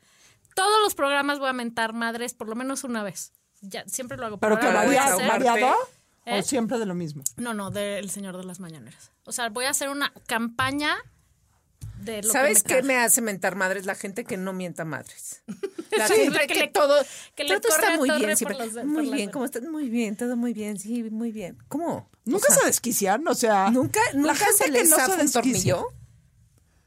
Speaker 1: todos los programas voy a mentar madres por lo menos una vez. Ya, siempre lo hago.
Speaker 5: Pero que
Speaker 1: ahora lo voy a
Speaker 5: varia-
Speaker 1: hacer-
Speaker 4: varía-
Speaker 5: variado o
Speaker 1: ¿Eh?
Speaker 5: siempre de lo mismo.
Speaker 1: No, no, del Señor de las Mañaneras. O sea, voy a hacer una campaña de lo
Speaker 4: ¿Sabes
Speaker 1: que me
Speaker 4: qué
Speaker 1: caga.
Speaker 4: me hace mentar madres? La gente que no mienta madres. La
Speaker 1: Sí,
Speaker 4: gente
Speaker 1: la
Speaker 4: que,
Speaker 1: que le-
Speaker 4: todo.
Speaker 1: que le
Speaker 4: todo está
Speaker 1: corre a
Speaker 4: muy
Speaker 1: torre
Speaker 4: bien
Speaker 1: por
Speaker 4: siempre.
Speaker 1: los- por
Speaker 4: muy
Speaker 1: las
Speaker 4: bien,
Speaker 1: venas.
Speaker 4: ¿cómo estás? Muy bien, todo muy bien, sí, muy bien. ¿Cómo?
Speaker 5: Nunca se desquician, o sea.
Speaker 4: Nunca,
Speaker 5: la
Speaker 4: nunca
Speaker 5: gente
Speaker 4: se les
Speaker 5: que no
Speaker 4: zafa un
Speaker 5: desquicia.
Speaker 4: tornillo.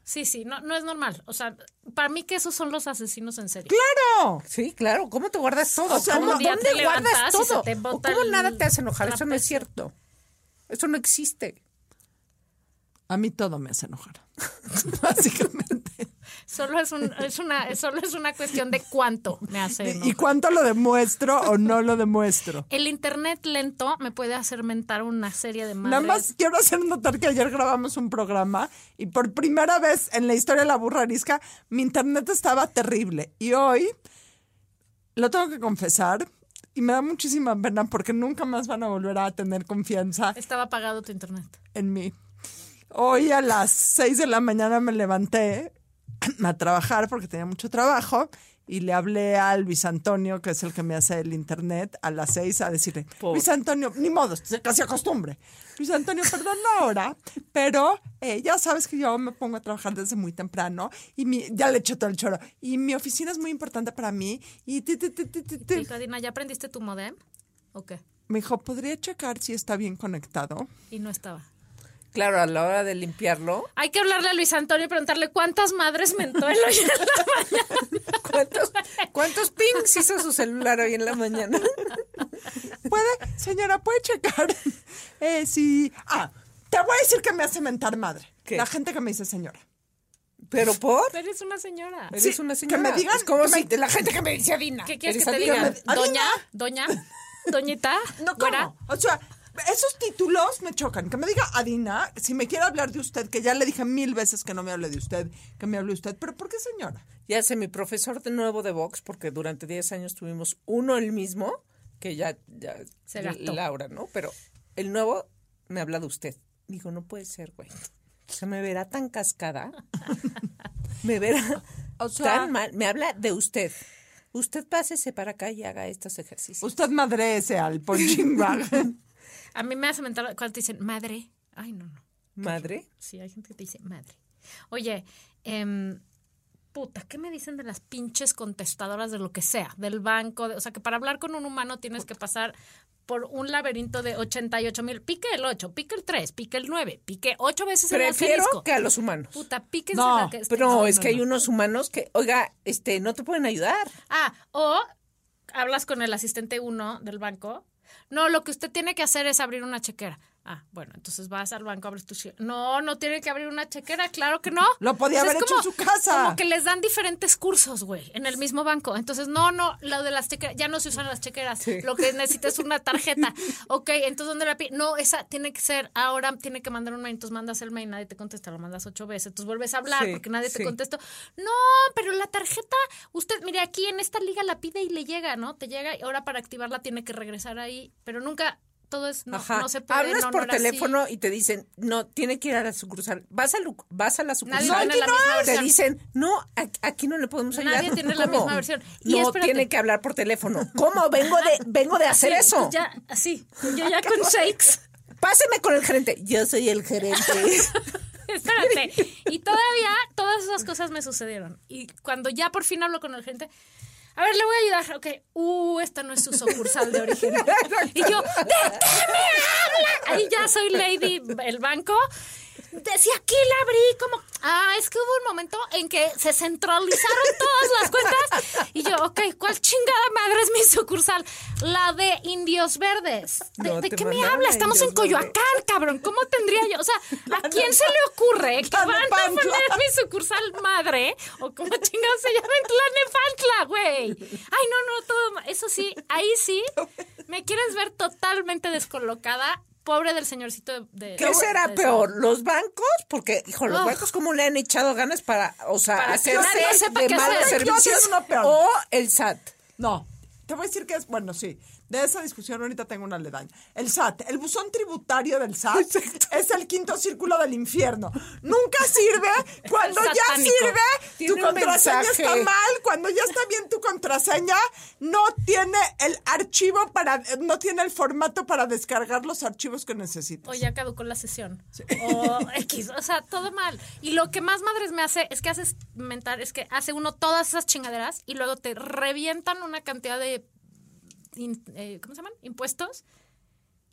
Speaker 1: Sí, sí, no, no es normal. O sea, para mí que esos son los asesinos en serie.
Speaker 5: ¡Claro!
Speaker 4: Sí, claro. ¿Cómo te guardas todo?
Speaker 5: sea,
Speaker 4: ¿Cómo-
Speaker 5: un
Speaker 1: día
Speaker 4: ¿Dónde
Speaker 1: te
Speaker 4: guardas
Speaker 1: levantas y se
Speaker 4: todo?
Speaker 1: te
Speaker 4: ¿O
Speaker 1: bota
Speaker 4: ¿Cómo
Speaker 1: el
Speaker 4: nada te hace enojar? Eso no es
Speaker 1: trapecio.
Speaker 4: cierto. Eso no existe.
Speaker 5: A mí todo me hace enojar. Básicamente.
Speaker 1: Solo es, un, es una, solo es una cuestión de cuánto me hace
Speaker 5: ¿Y
Speaker 1: enojar.
Speaker 5: cuánto lo demuestro o no lo demuestro?
Speaker 1: El internet lento me puede hacer mentar una serie de madres.
Speaker 5: Nada más quiero hacer notar que ayer grabamos un programa y por primera vez en la historia de la burra arisca mi internet estaba terrible. Y hoy lo tengo que confesar y me da muchísima pena porque nunca más van a volver a tener confianza
Speaker 1: Estaba apagado tu internet.
Speaker 5: en mí. Hoy a las 6 de la mañana me levanté a trabajar porque tenía mucho trabajo y le hablé a Luis Antonio, que es el que me hace el internet, a las 6 a decirle, Luis Antonio, ni modo, se casi acostumbre. Luis Antonio, perdón la hora, pero eh, ya sabes que yo me pongo a trabajar desde muy temprano y mi- ya le echo todo el choro. Y mi oficina es muy importante para mí y... ti, ti, ti, ti, ti, ti".
Speaker 1: Dina, ¿ya aprendiste tu modem? ¿O qué?
Speaker 5: Me dijo, ¿podría checar si está bien conectado?
Speaker 1: Y no estaba.
Speaker 4: Claro, a la hora de limpiarlo,
Speaker 1: Hay que hablarle a Luis Antonio y preguntarle cuántas madres mentó el hoy en la mañana.
Speaker 4: ¿cuántos, cuántos pings hizo su celular hoy en la mañana?
Speaker 5: puede, señora, puede checar eh, si. Ah, te voy a decir que me hace mentar madre.
Speaker 4: ¿Qué?
Speaker 5: La gente que me dice señora.
Speaker 4: ¿Pero por?
Speaker 1: Pero es una señora.
Speaker 4: Eres una
Speaker 5: que
Speaker 4: señora.
Speaker 5: me digan-
Speaker 4: Es como
Speaker 5: que me-
Speaker 4: si la gente que me dice Adina.
Speaker 1: ¿Qué quieres
Speaker 4: Eres
Speaker 1: que te
Speaker 4: Adina.
Speaker 1: diga?
Speaker 5: Adina.
Speaker 1: Doña, doña, doñita,
Speaker 5: No, ¿cómo?
Speaker 1: güera.
Speaker 5: O sea, esos títulos me chocan. Que me diga Adina, si me quiere hablar de usted, que ya le dije mil veces que no me hable de usted, que me hable usted. ¿Pero por qué señora?
Speaker 4: Ya sé, mi profesor de nuevo de Vox, porque durante 10 años tuvimos uno el mismo, que ya, ya
Speaker 1: Se gastó.
Speaker 4: Laura, ¿no? Pero el nuevo me habla de usted. Digo, no puede ser, güey. O sea, me verá tan cascada. me verá
Speaker 5: O sea-
Speaker 4: tan mal. Me habla de usted. Usted pásese para acá y haga estos
Speaker 1: Pues,
Speaker 4: ejercicios.
Speaker 5: Usted madrece al Ponchimbagen.
Speaker 1: A mí me hace mentar cuando te dicen madre. Ay, no, no.
Speaker 4: Madre.
Speaker 1: Sí, hay gente que te dice madre. Oye, em, puta, ¿qué me dicen de las pinches contestadoras de lo que sea? Del banco, de- o sea, que para hablar con un humano tienes que pasar por un laberinto de 88 mil. Pique el 8, pique el 3, pique el 9, pique 8 veces el
Speaker 4: Prefiero
Speaker 1: asterisco.
Speaker 4: que a los humanos.
Speaker 1: Puta, píquense
Speaker 5: No,
Speaker 1: la que esté-
Speaker 4: Pero
Speaker 1: no,
Speaker 4: es
Speaker 1: no,
Speaker 4: que hay
Speaker 1: no.
Speaker 4: unos humanos que, oiga, este, no te pueden ayudar.
Speaker 1: Ah, o hablas con el asistente 1 del banco. No, lo que usted tiene que hacer es abrir una chequera. Ah, bueno, entonces vas al banco, abres tu chequera. No, no tiene que abrir una chequera, claro que no.
Speaker 5: Lo podía
Speaker 1: es
Speaker 5: haber hecho en su casa.
Speaker 1: Como que les dan diferentes cursos, güey, en el mismo banco. Entonces, no, no, lo de las chequeras, ya no se usan las chequeras. Lo que necesitas es una tarjeta. ok, entonces, ¿dónde la pi- No, esa tiene que ser, ahora tiene que mandar un mail. Entonces, mandas el mail, nadie te contesta, lo mandas ocho veces. Entonces, vuelves a hablar
Speaker 4: Sí,
Speaker 1: porque nadie
Speaker 4: sí.
Speaker 1: te contestó. No, pero la tarjeta, usted, mire, aquí en esta liga la pide y le llega, ¿no? Te llega y ahora para activarla tiene que regresar ahí. Pero nunca, todo es, no,
Speaker 4: Ajá.
Speaker 1: no se puede.
Speaker 4: Hablas
Speaker 1: no, no
Speaker 4: por
Speaker 1: era así.
Speaker 4: teléfono y te dicen, no, tiene que ir a la sucursal. Vas a, lu- vas a la sucursal.
Speaker 1: Nadie tiene la
Speaker 4: aquí
Speaker 1: misma
Speaker 4: hay. te
Speaker 1: versión.
Speaker 4: dicen, no, a- aquí no le podemos
Speaker 1: Nadie
Speaker 4: ayudar.
Speaker 1: tiene la
Speaker 4: ¿Cómo?
Speaker 1: misma versión. Y
Speaker 4: no,
Speaker 1: espérate.
Speaker 4: tiene que hablar por teléfono. ¿Cómo? Vengo de, vengo de hacer
Speaker 1: Sí,
Speaker 4: eso.
Speaker 1: tú Ya, así, yo ya con shakes.
Speaker 4: Páseme con el gerente. Yo soy el gerente.
Speaker 1: Espérate. Y todavía todas esas cosas me sucedieron. Y cuando ya por fin hablo con el gente, a ver, le voy a ayudar. Ok, uh, esta no es su sucursal de origen. Y yo, ¿de qué me habla? Ahí ya soy Lady el banco. Decía, aquí la abrí, como, ah, es que hubo un momento en que se centralizaron todas las cuentas. Y yo, ok, ¿cuál chingada madre es mi sucursal? La de Indios Verdes. ¿De,
Speaker 4: No,
Speaker 1: de
Speaker 4: te
Speaker 1: qué me
Speaker 4: mandaron
Speaker 1: habla?
Speaker 4: a
Speaker 1: Estamos en
Speaker 4: Indios Verdes.
Speaker 1: Coyoacán. Tan cabrón, ¿cómo tendría yo? O sea, ¿a quién se le ocurre que van a
Speaker 5: Tlanepantla.
Speaker 1: poner mi sucursal madre? O como chingados se llama en Tlanepantla, güey. Ay, no, no, todo. ma- Eso sí, ahí sí, me quieres ver totalmente descolocada. Pobre del señorcito de. de-
Speaker 4: ¿Qué será
Speaker 1: de-
Speaker 4: peor? ¿Los bancos? Porque, hijo, los
Speaker 1: Ugh.
Speaker 4: bancos cómo le han echado ganas para, o sea,
Speaker 1: Para que
Speaker 4: hacerse
Speaker 1: nadie sepa
Speaker 4: de
Speaker 1: qué
Speaker 4: malos
Speaker 1: hacer.
Speaker 5: Yo tengo
Speaker 4: servicios
Speaker 5: uno peor.
Speaker 4: o el SAT.
Speaker 5: No, te voy a decir que es, bueno, sí. De esa discusión ahorita tengo una ledaña. El SAT, el buzón tributario del SAT es el quinto círculo del infierno. Nunca sirve. Cuando ya
Speaker 1: satánico.
Speaker 5: sirve,
Speaker 4: Tiene
Speaker 5: tu
Speaker 4: un
Speaker 5: contraseña
Speaker 4: mensaje.
Speaker 5: está mal. Cuando ya está bien tu contraseña, no tiene el archivo para, no tiene el formato para descargar los archivos que necesitas.
Speaker 1: o ya caducó la sesión. O X, o sea, todo mal. Y lo que más madres me hace es que haces mental, es que hace uno todas esas chingaderas y luego te revientan una cantidad de in- eh, ¿cómo se llaman? impuestos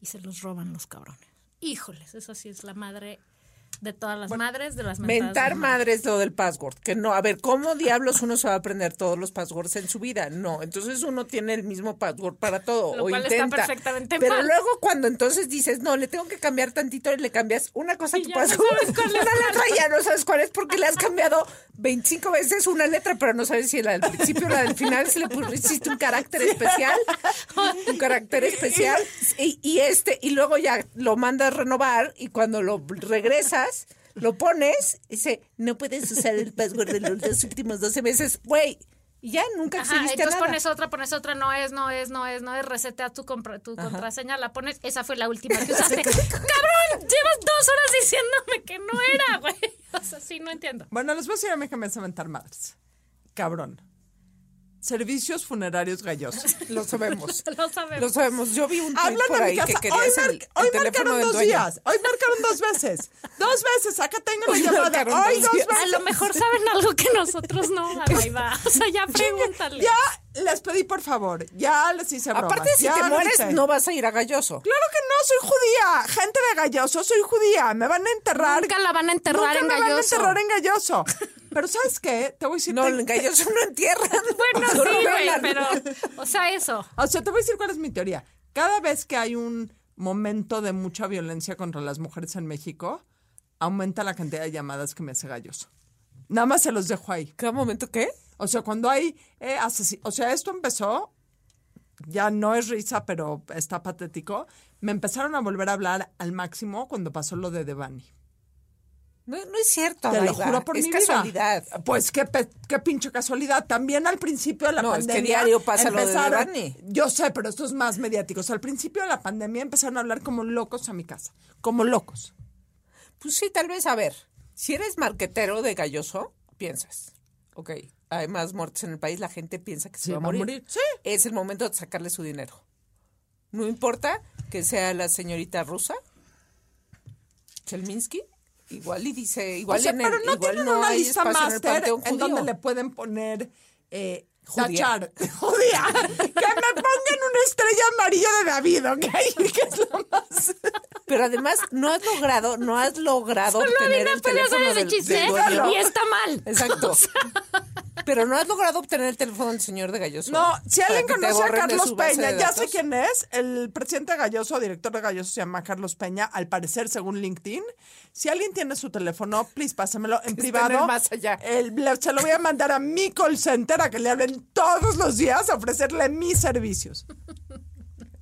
Speaker 1: y se los roban los cabrones. Híjoles, eso sí es la madre de todas las madres, de las mentadas
Speaker 4: Mentar
Speaker 1: de
Speaker 4: madre es lo del password. Que no, a ver, ¿cómo diablos uno se va a aprender todos los passwords en su vida? No, entonces uno tiene el mismo password para todo.
Speaker 1: Lo
Speaker 4: o
Speaker 1: cual está
Speaker 4: intenta.
Speaker 1: perfectamente
Speaker 4: Pero
Speaker 1: mal.
Speaker 4: luego cuando entonces dices, no, le tengo que cambiar tantito y le cambias una cosa a
Speaker 1: Y
Speaker 4: tu
Speaker 1: ya no
Speaker 4: password,
Speaker 1: sabes cuál es
Speaker 4: una
Speaker 1: cuál.
Speaker 4: letra y ya no sabes cuál es porque le has cambiado 25 veces una letra, pero no sabes si la del principio o la del final, si le pusiste un carácter especial, un carácter especial. Y, y este, y luego ya lo mandas renovar y cuando lo regresas, lo pones, dice, no puedes usar el password de los dos últimos 12 meses, güey. Y ya nunca
Speaker 1: Ajá,
Speaker 4: accediste a
Speaker 1: entonces
Speaker 4: nada.
Speaker 1: pones otra, pones otra, no es, no es, no es, no es, resetea tu, compra- tu contraseña, la pones, esa fue la última que usaste. ¡Cabrón! Llevas dos horas diciéndome que no era, güey. O sea, sí, no entiendo.
Speaker 5: Bueno, les voy a decir a mí que me hace mentar madres. Cabrón. Servicios funerarios gallosos.
Speaker 4: Lo sabemos.
Speaker 1: Lo sabemos.
Speaker 4: Lo sabemos. Yo vi un tweet
Speaker 5: Hablan
Speaker 4: por
Speaker 5: de mi
Speaker 4: ahí
Speaker 5: casa.
Speaker 4: que
Speaker 5: hoy
Speaker 4: querías
Speaker 5: mar-
Speaker 4: el, el
Speaker 5: hoy
Speaker 4: teléfono
Speaker 5: marcaron
Speaker 4: del
Speaker 5: dos
Speaker 4: dueño.
Speaker 5: días. Hoy marcaron dos veces. Dos veces. Acá tengo la
Speaker 4: Hoy
Speaker 5: llamada.
Speaker 4: marcaron
Speaker 5: Hoy
Speaker 4: dos
Speaker 5: dos
Speaker 4: días.
Speaker 5: veces.
Speaker 1: A lo mejor saben algo que nosotros no, a la iba. O sea, ya pregúntale.
Speaker 5: Ya les pedí por favor. Ya les hice bromas.
Speaker 4: Aparte, si
Speaker 5: ya
Speaker 4: te
Speaker 5: les
Speaker 4: mueres,
Speaker 5: hice-
Speaker 4: no vas a ir a Galloso.
Speaker 5: Claro que no, soy judía. Gente de Galloso, soy judía. Me van a enterrar.
Speaker 1: Nunca la van a enterrar
Speaker 5: Nunca
Speaker 1: en
Speaker 5: me van a
Speaker 1: Galloso.
Speaker 5: enterrar en Galloso. Pero ¿sabes qué? Te voy a decir...
Speaker 4: No,
Speaker 5: te-
Speaker 4: en Galloso no entierran.
Speaker 1: Bueno,
Speaker 4: Solo
Speaker 1: sí, güey,
Speaker 4: velan.
Speaker 1: pero, o sea, eso.
Speaker 5: O sea, te voy a decir cuál es mi teoría. Cada vez que hay un momento de mucha violencia contra las mujeres en México, aumenta la cantidad de llamadas que me hace galloso. Nada más se los dejo ahí.
Speaker 4: ¿Cada momento qué?
Speaker 5: O sea, cuando hay eh, asesi- O sea, esto empezó, ya no es risa, pero está patético. Me empezaron a volver a hablar al máximo cuando pasó lo de Devani.
Speaker 4: No, no es cierto.
Speaker 5: Te lo
Speaker 4: Adaiva.
Speaker 5: juro por
Speaker 4: es
Speaker 5: mi vida.
Speaker 4: casualidad.
Speaker 5: Pues qué, pe- qué pinche casualidad. También al principio de la
Speaker 4: No, es que
Speaker 5: pandemia.
Speaker 4: diario pasa lo de
Speaker 5: empezaron-
Speaker 4: Devani.
Speaker 5: Yo sé, pero estos más mediáticos. Al principio de la pandemia empezaron a hablar como locos a mi casa. Como locos.
Speaker 4: Pues sí, tal vez, a ver. Si eres marquetero de Galloso, piensas, ok, hay más muertes en el país, la gente piensa que se
Speaker 5: Sí,
Speaker 4: va a
Speaker 5: va a
Speaker 4: morir.
Speaker 5: morir. Sí.
Speaker 4: Es el momento de sacarle su dinero. No importa que sea la señorita rusa, Chelminsky, igual y dice, igual
Speaker 5: O sea,
Speaker 4: en el-
Speaker 5: pero no
Speaker 4: igual
Speaker 5: tienen
Speaker 4: no
Speaker 5: una
Speaker 4: hay
Speaker 5: lista
Speaker 4: espacio en el
Speaker 5: máster
Speaker 4: panteón
Speaker 5: en,
Speaker 4: judío.
Speaker 5: donde le pueden poner eh,
Speaker 4: Judía.
Speaker 5: tachar. Judía. que me pongan una estrella amarilla de David, ¿ok? que es lo más.
Speaker 4: Pero además no has logrado, no has logrado
Speaker 1: Solo
Speaker 4: obtener
Speaker 1: Adina
Speaker 4: el
Speaker 1: Peña
Speaker 4: teléfono
Speaker 1: sabe de
Speaker 4: del,
Speaker 1: chiste
Speaker 4: del dueño.
Speaker 1: y está mal.
Speaker 4: Exacto. Pero no has logrado obtener el teléfono del señor de Galloso.
Speaker 5: No, si
Speaker 4: Para
Speaker 5: alguien
Speaker 4: que te
Speaker 5: conoce a
Speaker 4: borren de
Speaker 5: Carlos
Speaker 4: su base
Speaker 5: Peña,
Speaker 4: de
Speaker 5: ya
Speaker 4: datos.
Speaker 5: sé quién es. El presidente de Galloso, o director de Galloso, se llama Carlos Peña, al parecer, según LinkedIn. Si alguien tiene su teléfono, please pásamelo en privado.
Speaker 4: en el más allá.
Speaker 5: El- le- se lo voy a mandar a mi call center a que le hablen todos los días a ofrecerle mis servicios.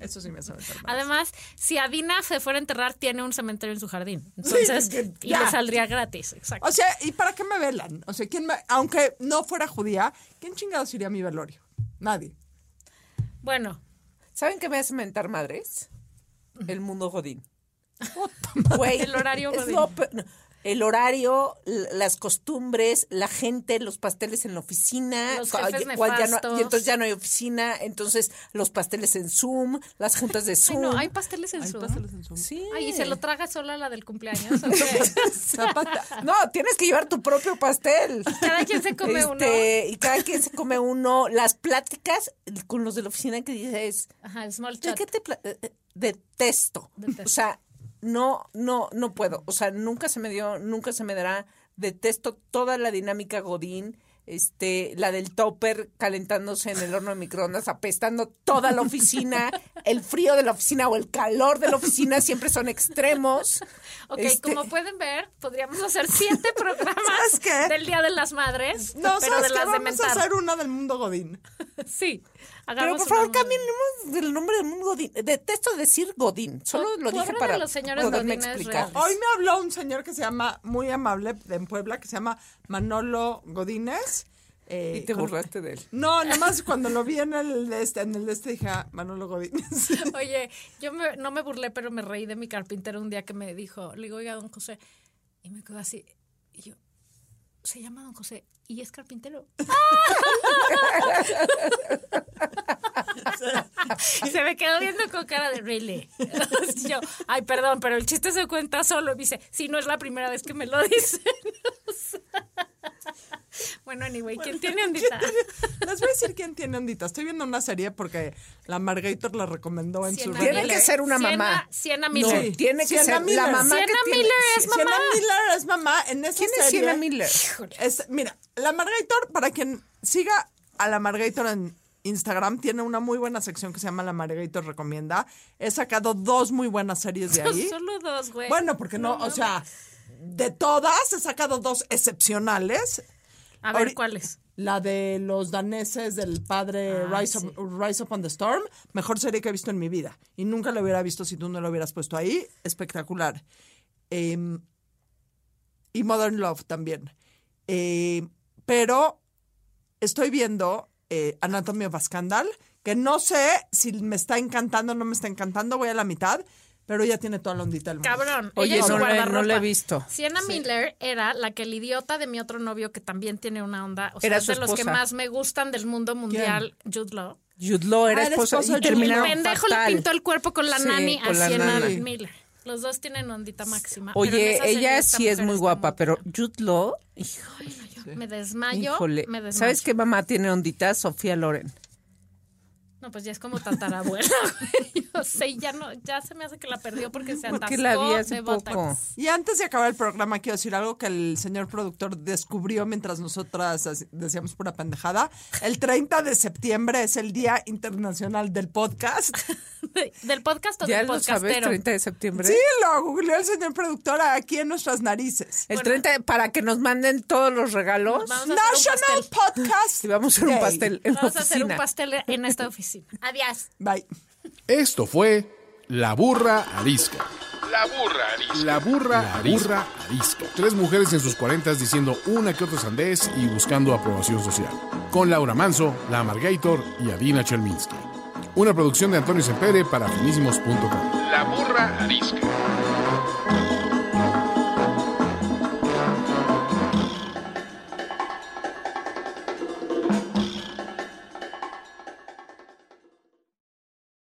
Speaker 5: Eso sí me sabe. tan mal.
Speaker 1: Además, si Adina se fuera a enterrar, tiene un cementerio en su jardín. Entonces,
Speaker 5: que-
Speaker 1: y
Speaker 5: ya.
Speaker 1: le saldría gratis. Exacto.
Speaker 5: O sea, ¿y para qué me velan? O sea, ¿quién me- aunque no fuera judía, ¿quién chingados iría a mi velorio? Nadie.
Speaker 1: Bueno,
Speaker 4: ¿Saben qué me hace mentar madres? El mundo godín. Güey,
Speaker 1: El horario
Speaker 4: es
Speaker 1: godín.
Speaker 4: lo pe- no, el horario, l- las costumbres, la gente, los pasteles en la oficina.
Speaker 1: Los
Speaker 4: cu-
Speaker 1: jefes
Speaker 4: y- cual ya no-
Speaker 1: nefastos.
Speaker 4: y entonces ya no hay oficina, entonces los pasteles en Zoom, las juntas de
Speaker 1: Ay,
Speaker 4: Zoom.
Speaker 1: no, hay pasteles en Zoom.
Speaker 4: Sí.
Speaker 1: Ay, y se lo traga sola la del cumpleaños. ¿o qué?
Speaker 5: Zapata.
Speaker 4: No, tienes que llevar tu propio pastel.
Speaker 1: Cada quien se come uno.
Speaker 4: Este, Y cada quien se come uno. Las pláticas con los de la oficina que dices,
Speaker 1: Ajá, el small
Speaker 4: ¿de
Speaker 1: chat.
Speaker 4: qué te pla- eh, eh, detesto?
Speaker 1: Detesto.
Speaker 4: O sea, no, no, no puedo. O sea, nunca se me dio, nunca se me dará. Detesto toda la dinámica Godín. Este, la del topper calentándose en el horno de microondas, apestando toda la oficina, el frío de la oficina o el calor de la oficina siempre son extremos.
Speaker 1: Ok,
Speaker 4: Este,
Speaker 1: como pueden ver, podríamos hacer siete programas
Speaker 5: ¿Sabes qué?
Speaker 1: del Día de las Madres,
Speaker 5: No,
Speaker 1: pero
Speaker 5: ¿sabes
Speaker 1: de
Speaker 5: qué?
Speaker 1: las de
Speaker 5: Vamos a
Speaker 1: mentar.
Speaker 5: hacer una del mundo Godín.
Speaker 1: Sí.
Speaker 4: Pero
Speaker 1: hagamos
Speaker 4: por favor,
Speaker 1: una-
Speaker 4: cambiemos del nombre del mundo Godín. Detesto decir Godín. Solo
Speaker 1: Po-
Speaker 4: lo dije
Speaker 1: pobre
Speaker 4: para
Speaker 1: de los señores
Speaker 4: poderme
Speaker 1: godines
Speaker 4: explicar.
Speaker 1: reales.
Speaker 5: Hoy me habló un señor que se llama, muy amable, de en Puebla, que se llama Manolo Godínez,
Speaker 6: eh,
Speaker 4: Y te
Speaker 6: con-
Speaker 4: burlaste de él.
Speaker 5: No, nada más cuando lo vi en el este, en el este dije, ah, Manolo Godínez.
Speaker 1: Oye, yo me- no me burlé, pero me reí de mi carpintero un día que me dijo, le digo, oiga, don José, y me quedo así, y yo, se llama don José y es carpintero. se me quedó viendo con cara de, really. Y yo, ay, perdón, pero el chiste se cuenta solo. Y me dice, sí, no es la primera vez que me lo dicen. O sea, bueno, anyway, ¿quién tiene ondita?
Speaker 5: Les voy a decir quién tiene ondita. Estoy viendo una serie porque la Margator la recomendó en su
Speaker 1: Sienna
Speaker 4: Tiene
Speaker 5: review.
Speaker 1: Miller.
Speaker 4: que ser una
Speaker 1: Sienna-
Speaker 4: mamá.
Speaker 1: Sienna
Speaker 4: No,
Speaker 1: Miller.
Speaker 4: tiene que
Speaker 5: Sienna
Speaker 4: ser la
Speaker 5: Miller.
Speaker 4: mamá
Speaker 1: Sienna
Speaker 4: que tiene.
Speaker 1: Miller es mamá.
Speaker 5: Sienna Miller es mamá en esa
Speaker 4: ¿Quién es
Speaker 5: serie.
Speaker 4: Sienna Miller?
Speaker 5: Es- mira, la Margator, para quien siga a la Margator en Instagram, tiene una muy buena sección que se llama La Margator Recomienda. He sacado dos muy buenas series de ahí.
Speaker 1: Solo dos, güey.
Speaker 5: Bueno, porque no, o sea, de todas he sacado dos excepcionales.
Speaker 1: A ver,
Speaker 5: Ahori-
Speaker 1: ¿cuáles?
Speaker 5: La de los daneses del padre
Speaker 1: Ah,
Speaker 5: Rise,
Speaker 1: sí.
Speaker 5: Up, Rise Upon the Storm, mejor serie que he visto en mi vida. Y nunca la hubiera visto si tú no la hubieras puesto ahí. Espectacular. Em, y Modern Love también. Em, pero estoy viendo eh, Anatomy of a Scandal, que no sé si me está encantando o no me está encantando, voy a la mitad, pero ya tiene toda la ondita del mundo.
Speaker 1: Cabrón. ella
Speaker 4: Oye,
Speaker 1: es su
Speaker 4: no la he- no
Speaker 1: guardarropa.
Speaker 4: la he visto.
Speaker 1: Sienna Miller era la que el idiota de mi otro novio, que también tiene una onda, o sea,
Speaker 4: Era
Speaker 1: es
Speaker 4: su
Speaker 1: de los que
Speaker 4: esposa.
Speaker 1: más me gustan del mundo mundial, Jude Law.
Speaker 4: Jude Law era
Speaker 5: Ah, era
Speaker 4: esposo, y
Speaker 5: esposo de Jude
Speaker 1: El
Speaker 5: Law.
Speaker 4: terminaron
Speaker 1: pendejo
Speaker 4: fatal.
Speaker 1: le pintó el cuerpo con la
Speaker 4: Sí,
Speaker 1: nani a
Speaker 4: con la
Speaker 1: Sienna
Speaker 4: nana.
Speaker 1: Miller. Los dos tienen ondita máxima. pero en
Speaker 4: Oye,
Speaker 1: esa serie
Speaker 4: ella
Speaker 1: esta
Speaker 4: sí es
Speaker 1: mujer
Speaker 4: muy
Speaker 1: está
Speaker 4: guapa, pero
Speaker 1: buena.
Speaker 4: Jude Law, hijo,
Speaker 1: Me desmayo,
Speaker 4: híjole.
Speaker 1: me desmayo.
Speaker 4: ¿Sabes qué mamá tiene ondita? Sofía Loren.
Speaker 1: No, pues ya es como tatarabuela. güey. Yo sé, ya no, ya se me hace que la perdió porque se atascó
Speaker 4: Porque la vi
Speaker 1: de
Speaker 4: hace poco.
Speaker 1: Botox.
Speaker 5: Y antes de acabar el programa, quiero decir algo que el señor productor descubrió mientras nosotras así- decíamos pura pendejada. El 30 de septiembre es el Día Internacional del Podcast.
Speaker 1: Del podcast o
Speaker 4: Ya
Speaker 1: del
Speaker 4: lo sabes,
Speaker 1: podcastero.
Speaker 4: 30 de septiembre.
Speaker 5: Sí, lo googleó el señor productor aquí en nuestras narices.
Speaker 4: El 30 de- para que nos manden todos los regalos.
Speaker 1: Vamos a hacer un
Speaker 5: National
Speaker 1: pastel.
Speaker 5: Podcast.
Speaker 4: Y vamos a hacer un
Speaker 5: Day.
Speaker 4: pastel en la
Speaker 1: Vamos a hacer un
Speaker 4: oficina.
Speaker 1: pastel en esta oficina. Adiós.
Speaker 5: Bye.
Speaker 2: Esto fue La Burra Arisca.
Speaker 3: La burra arisca.
Speaker 2: La burra, burra arisca. Tres mujeres en sus cuarentas diciendo una que otra sandez y buscando aprobación social. Con Laura Manso, La Margator y Adina Chelminsky. Una producción de Antonio Sempere para finísimos.com.
Speaker 3: La burra arisca.